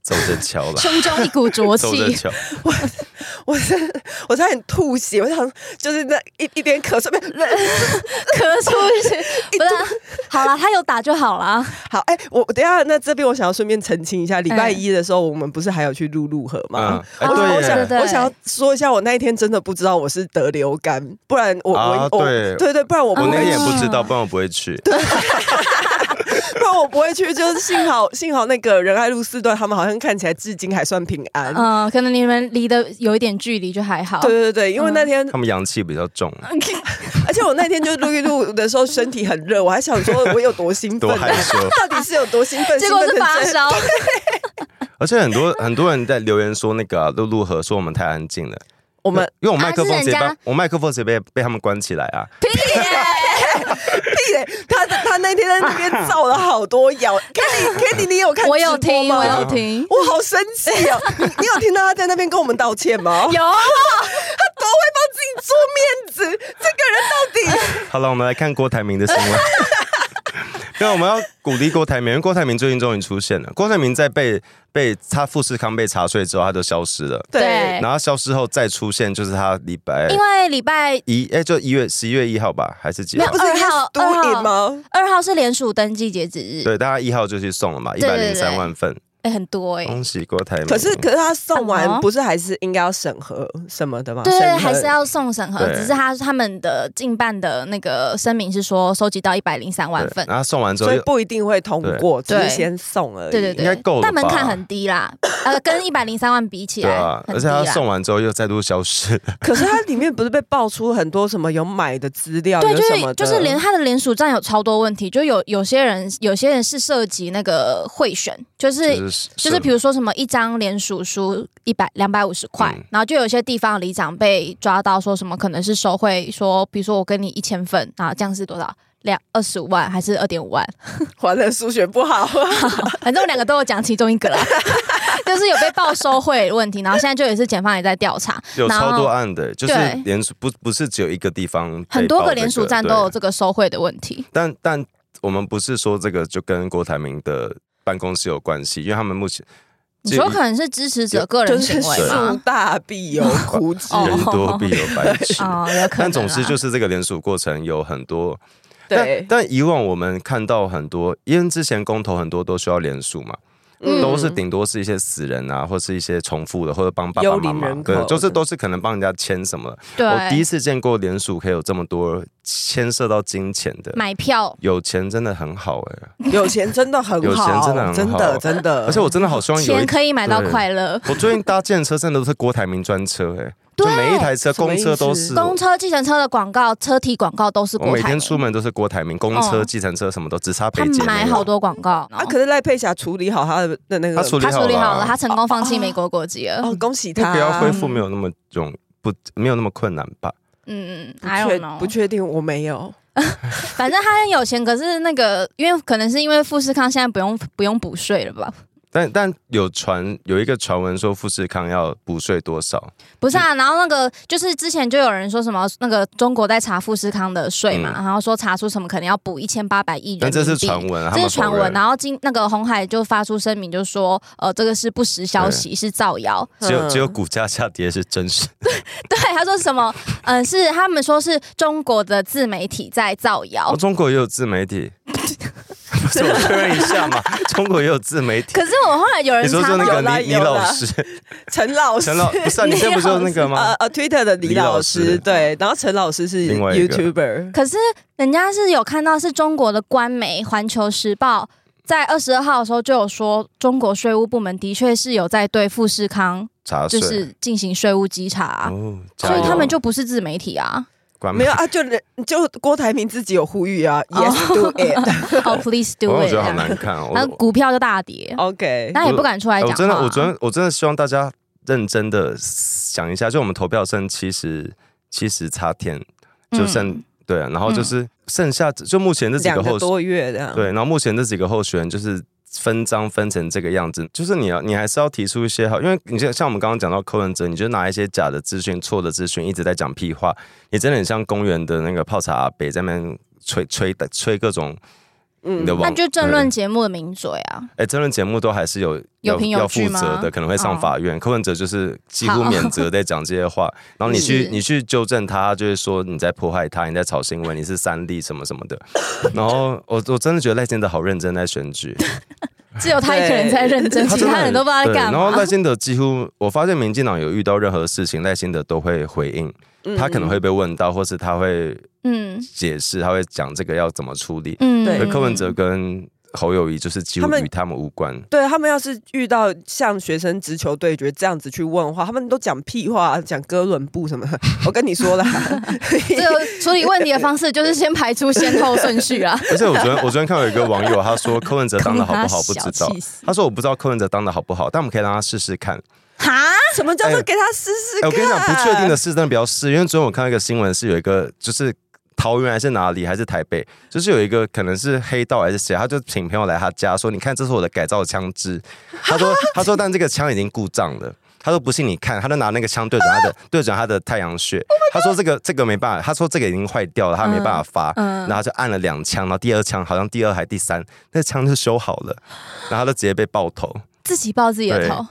[SPEAKER 2] 走着瞧了
[SPEAKER 3] 胸中一股浊
[SPEAKER 2] 走着
[SPEAKER 3] 气，
[SPEAKER 2] 瞧。
[SPEAKER 1] 我是我差点吐血，我想就是那一一边咳嗽，一边
[SPEAKER 3] 咳出 去，不是啊？好了，他有打就好了。
[SPEAKER 1] 好，哎、我我等一下那这边我想要顺便澄清一下，礼拜
[SPEAKER 3] 哎
[SPEAKER 1] 一的时候我们不是还有去录录河吗？
[SPEAKER 2] 嗯，哎
[SPEAKER 3] 哦
[SPEAKER 1] 我
[SPEAKER 2] 对
[SPEAKER 1] 想
[SPEAKER 2] 耶，
[SPEAKER 3] 对
[SPEAKER 1] 我想要说一下，我那一天真的不知道我是得流感，不然我、
[SPEAKER 2] 啊
[SPEAKER 1] 我我
[SPEAKER 2] 对
[SPEAKER 1] 对对，不然我不
[SPEAKER 3] 哦
[SPEAKER 2] 我
[SPEAKER 1] 会
[SPEAKER 2] 那天也
[SPEAKER 1] 去
[SPEAKER 2] 不知道，不然我不会去。
[SPEAKER 1] 不然我不会去。就是幸好 幸好那个仁爱路四段，他们好像看起来至今还算平安。
[SPEAKER 3] 嗯、可能你们离得有一点距离就还好。
[SPEAKER 1] 对对对，因为那天，
[SPEAKER 2] 他们阳气比较重，
[SPEAKER 1] 而且我那天就是录一录的时候，身体很热，我还想说我有多兴奋
[SPEAKER 2] 多
[SPEAKER 1] 啊、
[SPEAKER 2] 害羞。
[SPEAKER 1] 到底是有多兴奋？
[SPEAKER 3] 结果是
[SPEAKER 1] 兴奋
[SPEAKER 3] 发
[SPEAKER 1] 成这样
[SPEAKER 3] 烧，
[SPEAKER 2] 而且很多很多人在留言说，那个啊露露和说我们太安静了，
[SPEAKER 1] 我们
[SPEAKER 2] 因为我麦克风
[SPEAKER 3] 啊是
[SPEAKER 2] 直接
[SPEAKER 3] 人家
[SPEAKER 2] 把、我麦克风直接被被他们关起来啊，
[SPEAKER 3] 屁耶！
[SPEAKER 1] 屁嘞！他他那天在那边造了好多 谣。Kitty Kitty，你有 看
[SPEAKER 3] 我有
[SPEAKER 1] 直播
[SPEAKER 3] 听，
[SPEAKER 1] 吗
[SPEAKER 3] 我有听，
[SPEAKER 1] 我好生气哦！你你有听到他在那边跟我们道歉吗？
[SPEAKER 3] 有
[SPEAKER 1] 多会帮自己做面子，这个人到底……
[SPEAKER 2] 好了，我们来看郭台铭的新 闻。那我们要鼓励郭台铭，因为郭台铭最近终于出现了。郭台铭在被被他富士康被查税之后，他就消失了。
[SPEAKER 3] 对
[SPEAKER 2] 然后消失后再出现，就是他礼拜
[SPEAKER 3] 因为礼拜
[SPEAKER 2] 一，哎，就一月十一月一号吧，还是几号
[SPEAKER 3] 没
[SPEAKER 1] 不
[SPEAKER 3] 有？
[SPEAKER 1] 是应该
[SPEAKER 3] 二号
[SPEAKER 1] do
[SPEAKER 3] 二号
[SPEAKER 1] it 吗？
[SPEAKER 3] 二号是联署登记截止日，
[SPEAKER 2] 对，大家一号就去送了嘛，一
[SPEAKER 3] 对
[SPEAKER 2] 百
[SPEAKER 3] 对
[SPEAKER 2] 零
[SPEAKER 3] 对
[SPEAKER 2] 三万份，
[SPEAKER 3] 哎，很多
[SPEAKER 1] 哦
[SPEAKER 3] 哎，
[SPEAKER 2] 恭喜郭台铭。
[SPEAKER 1] 可是可是他送
[SPEAKER 3] 什
[SPEAKER 1] 完
[SPEAKER 3] 么
[SPEAKER 1] 不是还是应该要审核什么的吗？
[SPEAKER 3] 对
[SPEAKER 1] 审核
[SPEAKER 3] 还是要送审核，
[SPEAKER 2] 对
[SPEAKER 3] 只是他他们的近办的那个声明是说收集到一百零三万
[SPEAKER 2] 对
[SPEAKER 3] 份，
[SPEAKER 2] 然后送完之后
[SPEAKER 1] 所以
[SPEAKER 2] 又
[SPEAKER 1] 不一定会通过，只
[SPEAKER 3] 对
[SPEAKER 1] 是先送而已。
[SPEAKER 3] 对对
[SPEAKER 2] 应该
[SPEAKER 3] 对
[SPEAKER 2] 够了，吧
[SPEAKER 3] 但门槛很低啦，呃，跟一百零三万比起
[SPEAKER 2] 对
[SPEAKER 3] 来
[SPEAKER 2] 啊，，
[SPEAKER 3] 很
[SPEAKER 2] 而
[SPEAKER 3] 低
[SPEAKER 2] 且他
[SPEAKER 3] 啦。
[SPEAKER 2] 送完之后又再度消失，
[SPEAKER 1] 可是它里面不是被爆出很多什么有买的资料，
[SPEAKER 3] 对，
[SPEAKER 1] 有
[SPEAKER 3] 就
[SPEAKER 1] 什么
[SPEAKER 3] 是
[SPEAKER 1] 的
[SPEAKER 3] 就是连他的联署站有超多问题，就有有些人有些人是涉及那个贿选，就是
[SPEAKER 2] 就是
[SPEAKER 3] 就是比
[SPEAKER 2] 如
[SPEAKER 3] 如说什么一张联署书一百两百五十块
[SPEAKER 2] 嗯，
[SPEAKER 3] 然后就有些地方里长被抓到说什么可能是收贿，说比如说我跟你一千份，然后这样是多少？两二十五万还是二点五万？
[SPEAKER 1] 完了数学不好，
[SPEAKER 3] 反正我两个都有讲其中一个啦， 就是有被报收贿的问题，然后现在就也是检方也在调查，
[SPEAKER 2] 有
[SPEAKER 3] 然后
[SPEAKER 2] 超多案的，就是
[SPEAKER 3] 对
[SPEAKER 2] 连锁不不是只有一个地方被
[SPEAKER 3] 很多
[SPEAKER 2] 爆
[SPEAKER 3] 个啊
[SPEAKER 2] 这
[SPEAKER 3] 联署站都
[SPEAKER 2] 对
[SPEAKER 3] 有这个收贿的问题。
[SPEAKER 2] 但但我们不是说这个就跟郭台铭的办公室有关系，因为他们目前
[SPEAKER 3] 你
[SPEAKER 2] 就
[SPEAKER 3] 说
[SPEAKER 2] 一
[SPEAKER 3] 可能是支持者 个
[SPEAKER 1] 就
[SPEAKER 3] 人行
[SPEAKER 1] 是啊
[SPEAKER 3] 为
[SPEAKER 1] 树
[SPEAKER 3] 吗？
[SPEAKER 1] 大必有枯枝。
[SPEAKER 3] 哦
[SPEAKER 2] 人多必有 白痴。
[SPEAKER 3] 哦，有可能啦。
[SPEAKER 2] 但总之就是这个联署过程有很多，但
[SPEAKER 1] 对，
[SPEAKER 2] 但以往我们看到很多，因为之前公投很多都需要联署嘛，
[SPEAKER 1] 嗯
[SPEAKER 2] 都是顶多是一些死人啊，或是一些重复的，或者帮爸爸
[SPEAKER 1] 幽
[SPEAKER 2] 妈
[SPEAKER 1] 灵
[SPEAKER 2] 妈，
[SPEAKER 1] 人口
[SPEAKER 2] 对，就是都是可能帮人家签什么的。我第一
[SPEAKER 3] 对，
[SPEAKER 2] 次见过联署可以有这么多牵涉到金钱的，
[SPEAKER 3] 买票
[SPEAKER 2] 有钱真的很好哎、
[SPEAKER 1] 有钱真的很
[SPEAKER 2] 有钱
[SPEAKER 1] 好，
[SPEAKER 2] 真的很
[SPEAKER 1] 真
[SPEAKER 2] 好
[SPEAKER 1] 的真的，
[SPEAKER 2] 而且我真的好希望有一
[SPEAKER 3] 钱可以买到快乐，
[SPEAKER 2] 我最近搭建车真的都是郭台铭专车、欸，哎，就
[SPEAKER 3] 对
[SPEAKER 2] 每一台车，
[SPEAKER 1] 什么
[SPEAKER 2] 公
[SPEAKER 1] 意思
[SPEAKER 2] 车都是。
[SPEAKER 3] 公车、计程车的广告、车体广告都是
[SPEAKER 2] 我
[SPEAKER 3] 国
[SPEAKER 2] 每
[SPEAKER 3] 台
[SPEAKER 2] 天
[SPEAKER 3] 民，
[SPEAKER 2] 出门都是郭台铭，公车、
[SPEAKER 3] 哦
[SPEAKER 2] 计程车什么都只差
[SPEAKER 3] 他
[SPEAKER 2] 北捷。
[SPEAKER 3] 买好，多广告，
[SPEAKER 1] 啊，可是赖佩霞处理好她的的那个，
[SPEAKER 2] 他处理
[SPEAKER 3] 他处理好了，他成功放
[SPEAKER 1] 哦
[SPEAKER 3] 弃
[SPEAKER 1] 哦
[SPEAKER 3] 美国国籍了。
[SPEAKER 1] 哦，恭喜
[SPEAKER 2] 那
[SPEAKER 1] 她。
[SPEAKER 2] 个要恢复没有那么容不没有那么困难吧？
[SPEAKER 3] 嗯嗯
[SPEAKER 1] 不
[SPEAKER 3] ，I don't
[SPEAKER 1] 确
[SPEAKER 3] know，
[SPEAKER 1] 不确定，我没有。
[SPEAKER 3] 反正他很有钱，可是那个因为可能是因为富士康现在不用不用补税了吧？
[SPEAKER 2] 但但有传有一个传闻说富士康要补税多少？
[SPEAKER 3] 不是啊，
[SPEAKER 2] 嗯
[SPEAKER 3] 然后那个就是之前就有人说什么那个中国在查富士康的税嘛，
[SPEAKER 2] 嗯
[SPEAKER 3] 然后说查出什么可能要补一千八百亿人民币，
[SPEAKER 2] 但这是传闻啊，他
[SPEAKER 3] 这
[SPEAKER 2] 们
[SPEAKER 3] 是传
[SPEAKER 2] 否认
[SPEAKER 3] 闻，。然后今那个红海就发出声明，就说呃这个是不实消息，是造谣。
[SPEAKER 2] 只有
[SPEAKER 1] 嗯
[SPEAKER 2] 只有股价下跌是真实，
[SPEAKER 3] 对，他说什么？嗯、是他们说是中国的自媒体在造谣
[SPEAKER 2] 哦，。中国也有自媒体，不是我确认一下 嘛？中国也有自媒体。
[SPEAKER 3] 可是我后来有人
[SPEAKER 2] 你说
[SPEAKER 3] 查
[SPEAKER 2] 说那
[SPEAKER 3] 到，
[SPEAKER 2] 个
[SPEAKER 1] 有啦
[SPEAKER 2] 倪倪
[SPEAKER 1] 有啦
[SPEAKER 2] 老师，
[SPEAKER 1] 陈老师，
[SPEAKER 2] 陈老不是啊，你现在不是有那个吗
[SPEAKER 1] 呃？呃，Twitter 的李老
[SPEAKER 2] 李老师
[SPEAKER 1] 师，对，然后陈老师是
[SPEAKER 2] 另外一个
[SPEAKER 1] YouTuber，
[SPEAKER 3] 可是人家是有看到是中国的官媒《环球时报》在二十二号的时候就有说，中国税务部门的确是有在对富士康
[SPEAKER 2] 茶水
[SPEAKER 3] 就是进行税务稽查啊、
[SPEAKER 2] 啊哦，
[SPEAKER 3] 所以
[SPEAKER 2] 加油
[SPEAKER 3] 他们就不是自媒体啊。
[SPEAKER 2] 管
[SPEAKER 1] 没有啊，就人就郭台铭自己有呼吁啊
[SPEAKER 3] 哦
[SPEAKER 1] ，Yes do it，OK，
[SPEAKER 3] 哦、p l e a s e
[SPEAKER 2] 我
[SPEAKER 3] do
[SPEAKER 2] 我觉
[SPEAKER 3] it 这
[SPEAKER 2] 得好
[SPEAKER 3] 样。
[SPEAKER 2] 难看 哦。
[SPEAKER 3] 然后
[SPEAKER 2] 我
[SPEAKER 3] 股票就大跌。大家也不敢出来
[SPEAKER 2] 哎
[SPEAKER 3] 讲、
[SPEAKER 2] 我
[SPEAKER 3] 话。啊
[SPEAKER 2] 真的，我昨天我真的希望大家认真的想一下，就我们投票剩七十七十差天，就剩、
[SPEAKER 3] 嗯
[SPEAKER 2] 对啊，然后就是剩下就目前这几
[SPEAKER 1] 两
[SPEAKER 2] 个候
[SPEAKER 1] 个
[SPEAKER 2] 选
[SPEAKER 1] 多月这样，
[SPEAKER 2] 对，然后目前这几个候选人就是。分赃分成这个样子，就是你要你还是要提出一些好，因为你像像我们刚刚讲到柯文哲，你就拿一些假的资讯、错的资讯一直在讲屁话，你真的很像公园的那个泡茶阿伯在那边吹吹的吹各种你
[SPEAKER 1] 嗯
[SPEAKER 2] 的，网，
[SPEAKER 3] 那就政
[SPEAKER 2] 对
[SPEAKER 3] 论节目的名嘴啊，
[SPEAKER 2] 哎，争论节目都还是有
[SPEAKER 3] 有
[SPEAKER 2] 要
[SPEAKER 3] 凭有
[SPEAKER 2] 要负
[SPEAKER 3] 据吗
[SPEAKER 2] 责的，可能会上
[SPEAKER 3] 哦
[SPEAKER 2] 法院。柯文哲就是几乎
[SPEAKER 3] 好
[SPEAKER 2] 免责在讲这些 话，然后你去
[SPEAKER 3] 是
[SPEAKER 2] 你去纠正他，他就会说你在迫害他，你在炒新闻，你是三立什么什么 的。然后我我真的觉得赖清德好认真在选举，
[SPEAKER 3] 只有他一个人
[SPEAKER 1] 对
[SPEAKER 3] 在认真， 其
[SPEAKER 2] 真的
[SPEAKER 3] 他人都不知道在
[SPEAKER 2] 对
[SPEAKER 3] 干
[SPEAKER 2] 然后
[SPEAKER 3] 嘛
[SPEAKER 2] 赖。 清德几乎我发现民进党有遇到任何事情，赖清德都会回应，
[SPEAKER 1] 嗯
[SPEAKER 2] 他可能会被问到，或是他会
[SPEAKER 3] 嗯
[SPEAKER 2] 解释，他会讲这个要怎么处理。
[SPEAKER 3] 嗯
[SPEAKER 1] 对
[SPEAKER 2] 而柯文哲跟侯友谊就是几乎
[SPEAKER 1] 他们
[SPEAKER 2] 与他们无关。
[SPEAKER 1] 对他们要是遇到像学生直球对决这样子去问的话，他们都讲屁话，讲哥伦布什么的。 我跟你说 啦，
[SPEAKER 3] 这个处理问题的方式就是先排出先后顺序啊。
[SPEAKER 2] 而且我昨天我昨天看到有一个网友，他说柯文哲 当的好不好 不知道
[SPEAKER 3] 坑他小气死，
[SPEAKER 2] 他说我不知道柯文哲当的好不好，但我们可以让他试试看。
[SPEAKER 3] 哈，
[SPEAKER 1] 什么叫
[SPEAKER 2] 哎
[SPEAKER 1] 做
[SPEAKER 2] 呦
[SPEAKER 1] 给他试试
[SPEAKER 2] 哎、
[SPEAKER 1] 看？
[SPEAKER 2] 我跟你讲，不确定的事真的不要试，因为昨天我看到一个新闻，是有一个就是桃园还是哪里还是台北，就是有一个可能是黑道还是谁，他就请朋友来他家说：“你看，这是我的改造枪支。”他说：“他说，但这个枪已经故障了。”他说：“不信你看。”他就拿那个枪对准他的，对准他的太阳
[SPEAKER 3] ，Oh
[SPEAKER 2] 穴。他说：“这个这个没办法。”他说：“这个已经坏掉了，他没办法发。
[SPEAKER 3] 嗯
[SPEAKER 2] 然后他就按了两枪，然后第二枪好像第二还第三，那枪就修好了，然后他就直接被爆头。
[SPEAKER 3] 自己爆自己的头，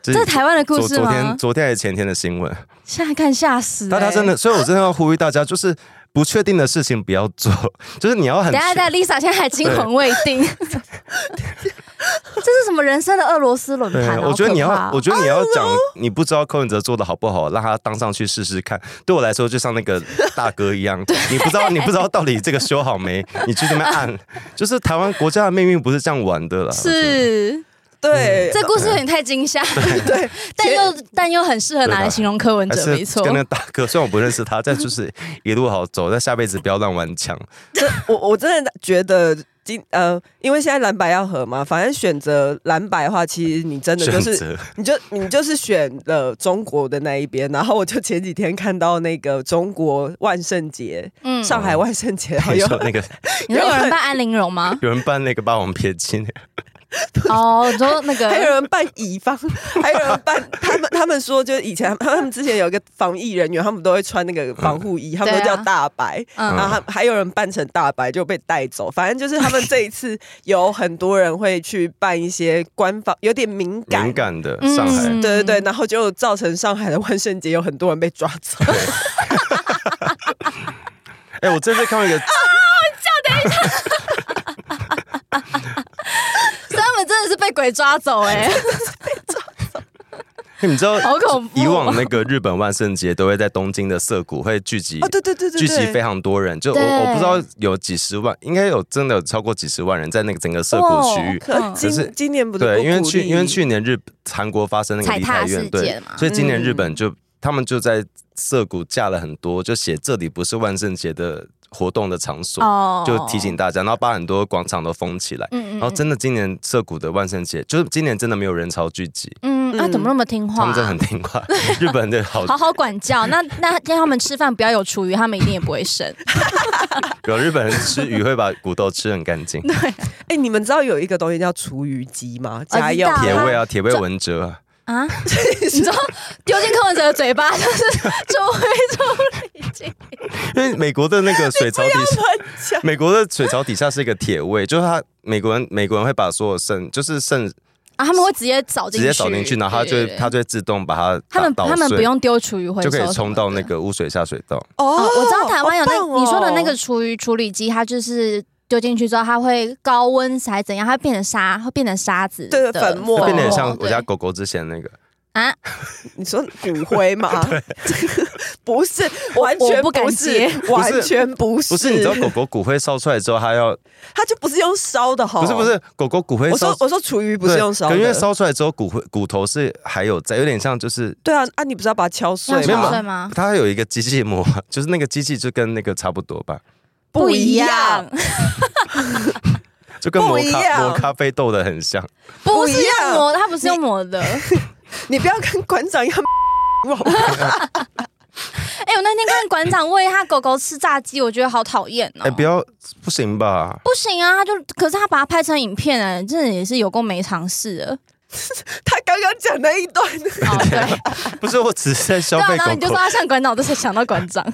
[SPEAKER 2] 这
[SPEAKER 3] 这是台湾的故
[SPEAKER 2] 昨
[SPEAKER 3] 事
[SPEAKER 2] 昨天
[SPEAKER 3] 吗？
[SPEAKER 2] 昨天还是前天的新闻。
[SPEAKER 3] 现在看吓死、欸！
[SPEAKER 2] 大家真的，所以我真的要呼吁大家，就是不确定的事情不要做， 就是你要很
[SPEAKER 3] 等一下，等一下，Lisa 现在还惊魂未定。这 是什么人生的俄罗斯轮
[SPEAKER 2] 对
[SPEAKER 3] 盘、啊？，
[SPEAKER 2] 我觉得你
[SPEAKER 3] 好可怕
[SPEAKER 2] 要
[SPEAKER 3] 哦，
[SPEAKER 2] 我觉得你要讲，你不知道柯文哲做的好不好，让他当上去试试看。对我来说，就像那个大哥一 样，你不知道，你不知道到底这个修好没，你去那边 按，就是台湾国家的命运不是这样玩的啦。
[SPEAKER 3] 是
[SPEAKER 2] 嗯
[SPEAKER 1] 对，
[SPEAKER 3] 这故事有点太惊吓，
[SPEAKER 1] 对，
[SPEAKER 3] 但又但又很适合拿来形容柯文
[SPEAKER 2] 我觉
[SPEAKER 3] 哲，
[SPEAKER 2] 得，
[SPEAKER 3] 没
[SPEAKER 2] 还是。
[SPEAKER 3] 错
[SPEAKER 2] 跟那个大哥，虽然我不认识他，但就是一路好走，但下辈子不要乱玩 枪。
[SPEAKER 1] 这我我真的觉得今呃，因为现在蓝白要合嘛，反正选择蓝白的话，其实你真的
[SPEAKER 2] 选
[SPEAKER 1] 就是
[SPEAKER 2] 择
[SPEAKER 1] 你就你就是选了中国的那一边，然后我就前几天看到那个中国万圣节，
[SPEAKER 3] 嗯，
[SPEAKER 1] 上海万圣节，还
[SPEAKER 3] 哎
[SPEAKER 2] 你
[SPEAKER 1] 有
[SPEAKER 2] 说那个？
[SPEAKER 3] 你说有人扮安陵容吗
[SPEAKER 2] 有人办那个霸王别 姬，
[SPEAKER 3] 哦，你说那
[SPEAKER 1] 还有
[SPEAKER 3] 个
[SPEAKER 1] 人扮乙方，还有人扮他们他们说就是以前他们之前有一个防疫人员，他们都会穿那个防护衣，他们都
[SPEAKER 3] 对啊
[SPEAKER 1] 叫大白，
[SPEAKER 3] 嗯
[SPEAKER 1] 然后他还有人扮成大白就被带走，反正就是他们这一次有很多人会去办一些官方有点敏感。
[SPEAKER 2] 敏感的上海。
[SPEAKER 3] 嗯
[SPEAKER 1] 对对对，然后就造成上海的万圣节有很多人被抓走。
[SPEAKER 2] 哎、我这次看到一个
[SPEAKER 3] 所以他们真的是被鬼抓走哎、
[SPEAKER 2] 你知道，
[SPEAKER 3] 好恐怖哦
[SPEAKER 2] 以往那个日本万圣节都会在东京的涩谷会聚集，
[SPEAKER 1] 哦，对对对对
[SPEAKER 2] 聚集非
[SPEAKER 1] 对，
[SPEAKER 2] 常多人，就我
[SPEAKER 3] 对
[SPEAKER 2] 我不知道有几十万，应该有真的有超过几十万人在那个整个涩谷区域。
[SPEAKER 1] 可
[SPEAKER 3] 嗯
[SPEAKER 2] 可是
[SPEAKER 1] 今今年不是
[SPEAKER 2] 对，
[SPEAKER 1] 不
[SPEAKER 2] 因为
[SPEAKER 1] 鼓
[SPEAKER 2] 去
[SPEAKER 1] 励
[SPEAKER 2] 因为去年日韩国发生那个
[SPEAKER 3] 踩
[SPEAKER 2] 梨
[SPEAKER 3] 踏
[SPEAKER 2] 泰
[SPEAKER 3] 事
[SPEAKER 2] 院，对
[SPEAKER 3] 件嘛，
[SPEAKER 2] 所以今年
[SPEAKER 1] 嗯
[SPEAKER 2] 日本就、他们就在涩谷架了很多，就写这里不是万圣节的活动的场所，
[SPEAKER 3] 哦
[SPEAKER 2] 就提醒大家，然后把很多广场都封起来。
[SPEAKER 3] 嗯嗯
[SPEAKER 2] 然后真的，今年涩谷的万圣节就是今年真的没有人潮聚集，
[SPEAKER 3] 嗯，啊，怎么那么听话、
[SPEAKER 2] 他们真的很听 话。日本的好
[SPEAKER 3] 好好管教，那那让他们吃饭不要有厨余，他们一定也不会生。
[SPEAKER 2] 有日本人吃鱼会把骨头吃很干 净，
[SPEAKER 1] 哎、你们知道有一个东西叫厨余机吗？家用
[SPEAKER 3] 哦知道
[SPEAKER 2] 铁胃啊，铁胃文哲啊，
[SPEAKER 3] 啊， 你知道丢进柯文哲的嘴巴就是就会出理经。
[SPEAKER 2] 因为美国的那个水槽底下，
[SPEAKER 1] 乱讲，
[SPEAKER 2] 美国的水槽底下是一个铁胃，就是他美国人美国人会把所有剩就是剩
[SPEAKER 3] 啊，他们会直接扫进
[SPEAKER 2] 直接
[SPEAKER 3] 去，
[SPEAKER 2] 扫进去，然后他就
[SPEAKER 3] 对
[SPEAKER 2] 会
[SPEAKER 3] 对对
[SPEAKER 2] 他就会自动把它
[SPEAKER 3] 他们
[SPEAKER 2] 打捣
[SPEAKER 3] 他们不
[SPEAKER 2] 碎
[SPEAKER 3] 用丢厨余回收
[SPEAKER 2] 就
[SPEAKER 3] 什
[SPEAKER 2] 可
[SPEAKER 3] 么的，
[SPEAKER 2] 以冲到那个污水下水道。
[SPEAKER 1] 哦
[SPEAKER 3] 哦，我知道台湾有那、
[SPEAKER 1] 好棒哦
[SPEAKER 3] 你说的那个厨余处理机，它就是丢进去之后，它会高温还是怎样，它会变成沙，会变成沙子
[SPEAKER 1] 对
[SPEAKER 3] 的
[SPEAKER 1] 粉末
[SPEAKER 2] 就
[SPEAKER 1] 哦
[SPEAKER 2] 变得很像
[SPEAKER 3] 对
[SPEAKER 2] 我家狗狗之前那个，
[SPEAKER 3] 啊，
[SPEAKER 1] 你说骨灰 吗？ 不是，完
[SPEAKER 3] 我
[SPEAKER 1] 全
[SPEAKER 3] 不敢
[SPEAKER 1] 是
[SPEAKER 3] 接，
[SPEAKER 1] 完全不是，
[SPEAKER 2] 不是你知道狗狗骨灰烧出来之后，它要
[SPEAKER 1] 它就不是用烧的哈，
[SPEAKER 2] 不是不，是狗狗骨灰
[SPEAKER 1] 我
[SPEAKER 2] 烧
[SPEAKER 1] 说，我说厨余不是
[SPEAKER 2] 对
[SPEAKER 1] 用烧
[SPEAKER 2] 可
[SPEAKER 1] 的，
[SPEAKER 2] 因为烧出来之后骨灰骨头是还有在，有点像就是
[SPEAKER 1] 对啊啊，你不是要把它敲碎
[SPEAKER 3] 要
[SPEAKER 2] 没有
[SPEAKER 3] 敲
[SPEAKER 2] 嘛
[SPEAKER 3] 碎
[SPEAKER 1] 吗？
[SPEAKER 3] 吗？
[SPEAKER 2] 它有一个机器膜，就是那个机器就跟那个差不多吧，
[SPEAKER 1] 不一样，
[SPEAKER 2] 就跟磨
[SPEAKER 1] 不一
[SPEAKER 2] 咖
[SPEAKER 1] 样
[SPEAKER 2] 磨咖啡豆的很像。
[SPEAKER 3] 不是
[SPEAKER 1] 不一样
[SPEAKER 3] 用磨的，它不是用磨的。
[SPEAKER 1] 你不要 跟馆长一样。
[SPEAKER 3] 哎、我那天看馆长喂他狗狗吃炸鸡，我觉得好讨厌哦。
[SPEAKER 2] 哎、不要不行吧？
[SPEAKER 3] 不行啊，他就可是他把它拍成影片哎、真的也是有够没尝 试的。
[SPEAKER 1] 他刚刚讲那一段，
[SPEAKER 3] 哦，
[SPEAKER 1] 啊
[SPEAKER 3] 对，
[SPEAKER 2] 不是，我只是在消
[SPEAKER 3] 对啊，
[SPEAKER 2] 费
[SPEAKER 3] 然后
[SPEAKER 2] 狗
[SPEAKER 3] 你就说
[SPEAKER 2] 狗。
[SPEAKER 3] 他像馆长，我就才想到馆 长。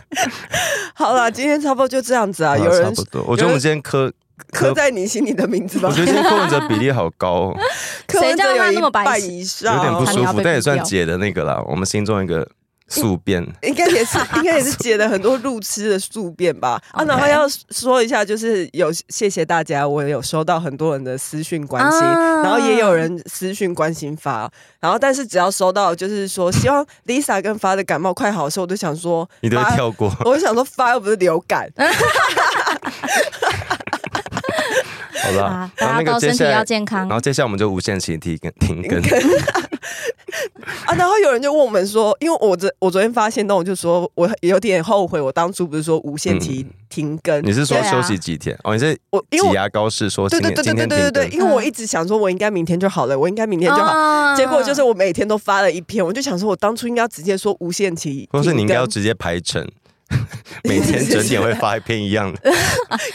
[SPEAKER 1] 好啦，今天差不多就这样子啊。有
[SPEAKER 2] 差
[SPEAKER 1] 人
[SPEAKER 2] 不多，我觉得我们今天科
[SPEAKER 1] 刻在你心里的名字
[SPEAKER 2] 我
[SPEAKER 1] 吧
[SPEAKER 2] 觉，得今天柯文哲比例好高、哦，
[SPEAKER 1] 刻文
[SPEAKER 3] 谁
[SPEAKER 1] 哲
[SPEAKER 3] 叫他
[SPEAKER 1] 有
[SPEAKER 3] 那么
[SPEAKER 1] 一
[SPEAKER 3] 白
[SPEAKER 1] 半
[SPEAKER 3] 痴
[SPEAKER 1] 以上，
[SPEAKER 2] 有点不
[SPEAKER 3] 差点
[SPEAKER 2] 舒
[SPEAKER 3] 要
[SPEAKER 2] 服
[SPEAKER 3] 被，
[SPEAKER 2] 但也算
[SPEAKER 3] 毙掉
[SPEAKER 2] 姐的那个啦。我们心中一个宿便，
[SPEAKER 1] 应该也是，应该也是解了很多路痴的宿便吧。啊，
[SPEAKER 3] OK
[SPEAKER 1] 然后要说一下，就是有谢谢大家，我有收到很多人的私讯关心，
[SPEAKER 3] 啊
[SPEAKER 1] 然后也有人私讯关心发，然后但是只要收到，就是说希望 Lisa 跟发的感冒快好的时候，我都想说，
[SPEAKER 2] 你都会跳过。
[SPEAKER 1] 发，我就想说发又不是流感，
[SPEAKER 2] 好不好
[SPEAKER 3] 啊？，
[SPEAKER 2] 然后那
[SPEAKER 3] 大家
[SPEAKER 2] 个
[SPEAKER 3] 都
[SPEAKER 2] 接
[SPEAKER 3] 身体
[SPEAKER 2] 下来
[SPEAKER 3] 要，健康
[SPEAKER 2] 然。后接下来我们就无限期停更停更，
[SPEAKER 1] 啊，然后有人就问我们说，因为我昨我昨天发现到，我就说我有点后悔，我当初不是说无限期停更，
[SPEAKER 2] 嗯你是说
[SPEAKER 3] 对啊
[SPEAKER 2] 休息几天？哦，你是
[SPEAKER 1] 我因为
[SPEAKER 2] 挤
[SPEAKER 1] 我
[SPEAKER 2] 牙膏式说今
[SPEAKER 1] 对对
[SPEAKER 2] 天
[SPEAKER 1] 对对
[SPEAKER 2] 今
[SPEAKER 1] 对
[SPEAKER 2] 天
[SPEAKER 1] 对
[SPEAKER 2] 停
[SPEAKER 1] 对对，
[SPEAKER 2] 更，
[SPEAKER 1] 因为我一直想说我应该明天就好了，我应该明天就好，
[SPEAKER 3] 啊
[SPEAKER 1] 结果就是我每天都发了一篇，我就想说我当初应该要直接说无限期，
[SPEAKER 2] 或是你应该要，直接排成， 每天整点会发一篇一样的。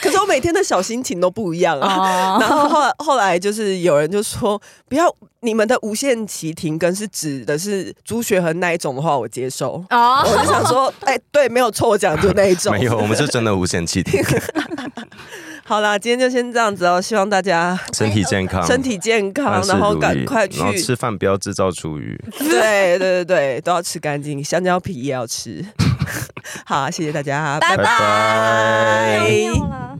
[SPEAKER 1] 可是我每天的小心情都不一样啊。
[SPEAKER 3] 哦，
[SPEAKER 1] 然后后来后来就是有人就说，不要你们的无限期停更是指的是朱学恒那一种的话，我接 受。
[SPEAKER 3] 哦，
[SPEAKER 1] 我就想说，哎、对，没有错，我讲的就那一种。
[SPEAKER 2] 没 有，我们是真的无限期停
[SPEAKER 1] 啊
[SPEAKER 2] 更，
[SPEAKER 1] 好啦，今天就先这样子哦，希望大家
[SPEAKER 2] 身体健康，
[SPEAKER 1] 身体健康
[SPEAKER 2] 万，事
[SPEAKER 1] 然后
[SPEAKER 2] 如
[SPEAKER 1] 赶
[SPEAKER 2] 意
[SPEAKER 1] 快去
[SPEAKER 2] 然，后吃饭不要制造厨余。
[SPEAKER 1] 对对对对，都要吃干净，香蕉皮也要吃。 好，谢谢大家，拜
[SPEAKER 3] 拜
[SPEAKER 2] 拜
[SPEAKER 1] 拜
[SPEAKER 3] 哎没有了。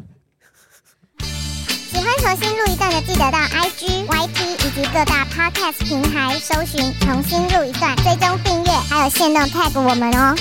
[SPEAKER 4] 喜欢重新录一段的，记得到 IG、YT 以及各大 Podcast 平台搜寻“重新录一段”，追踪订阅，还有限定 tag 我们哦。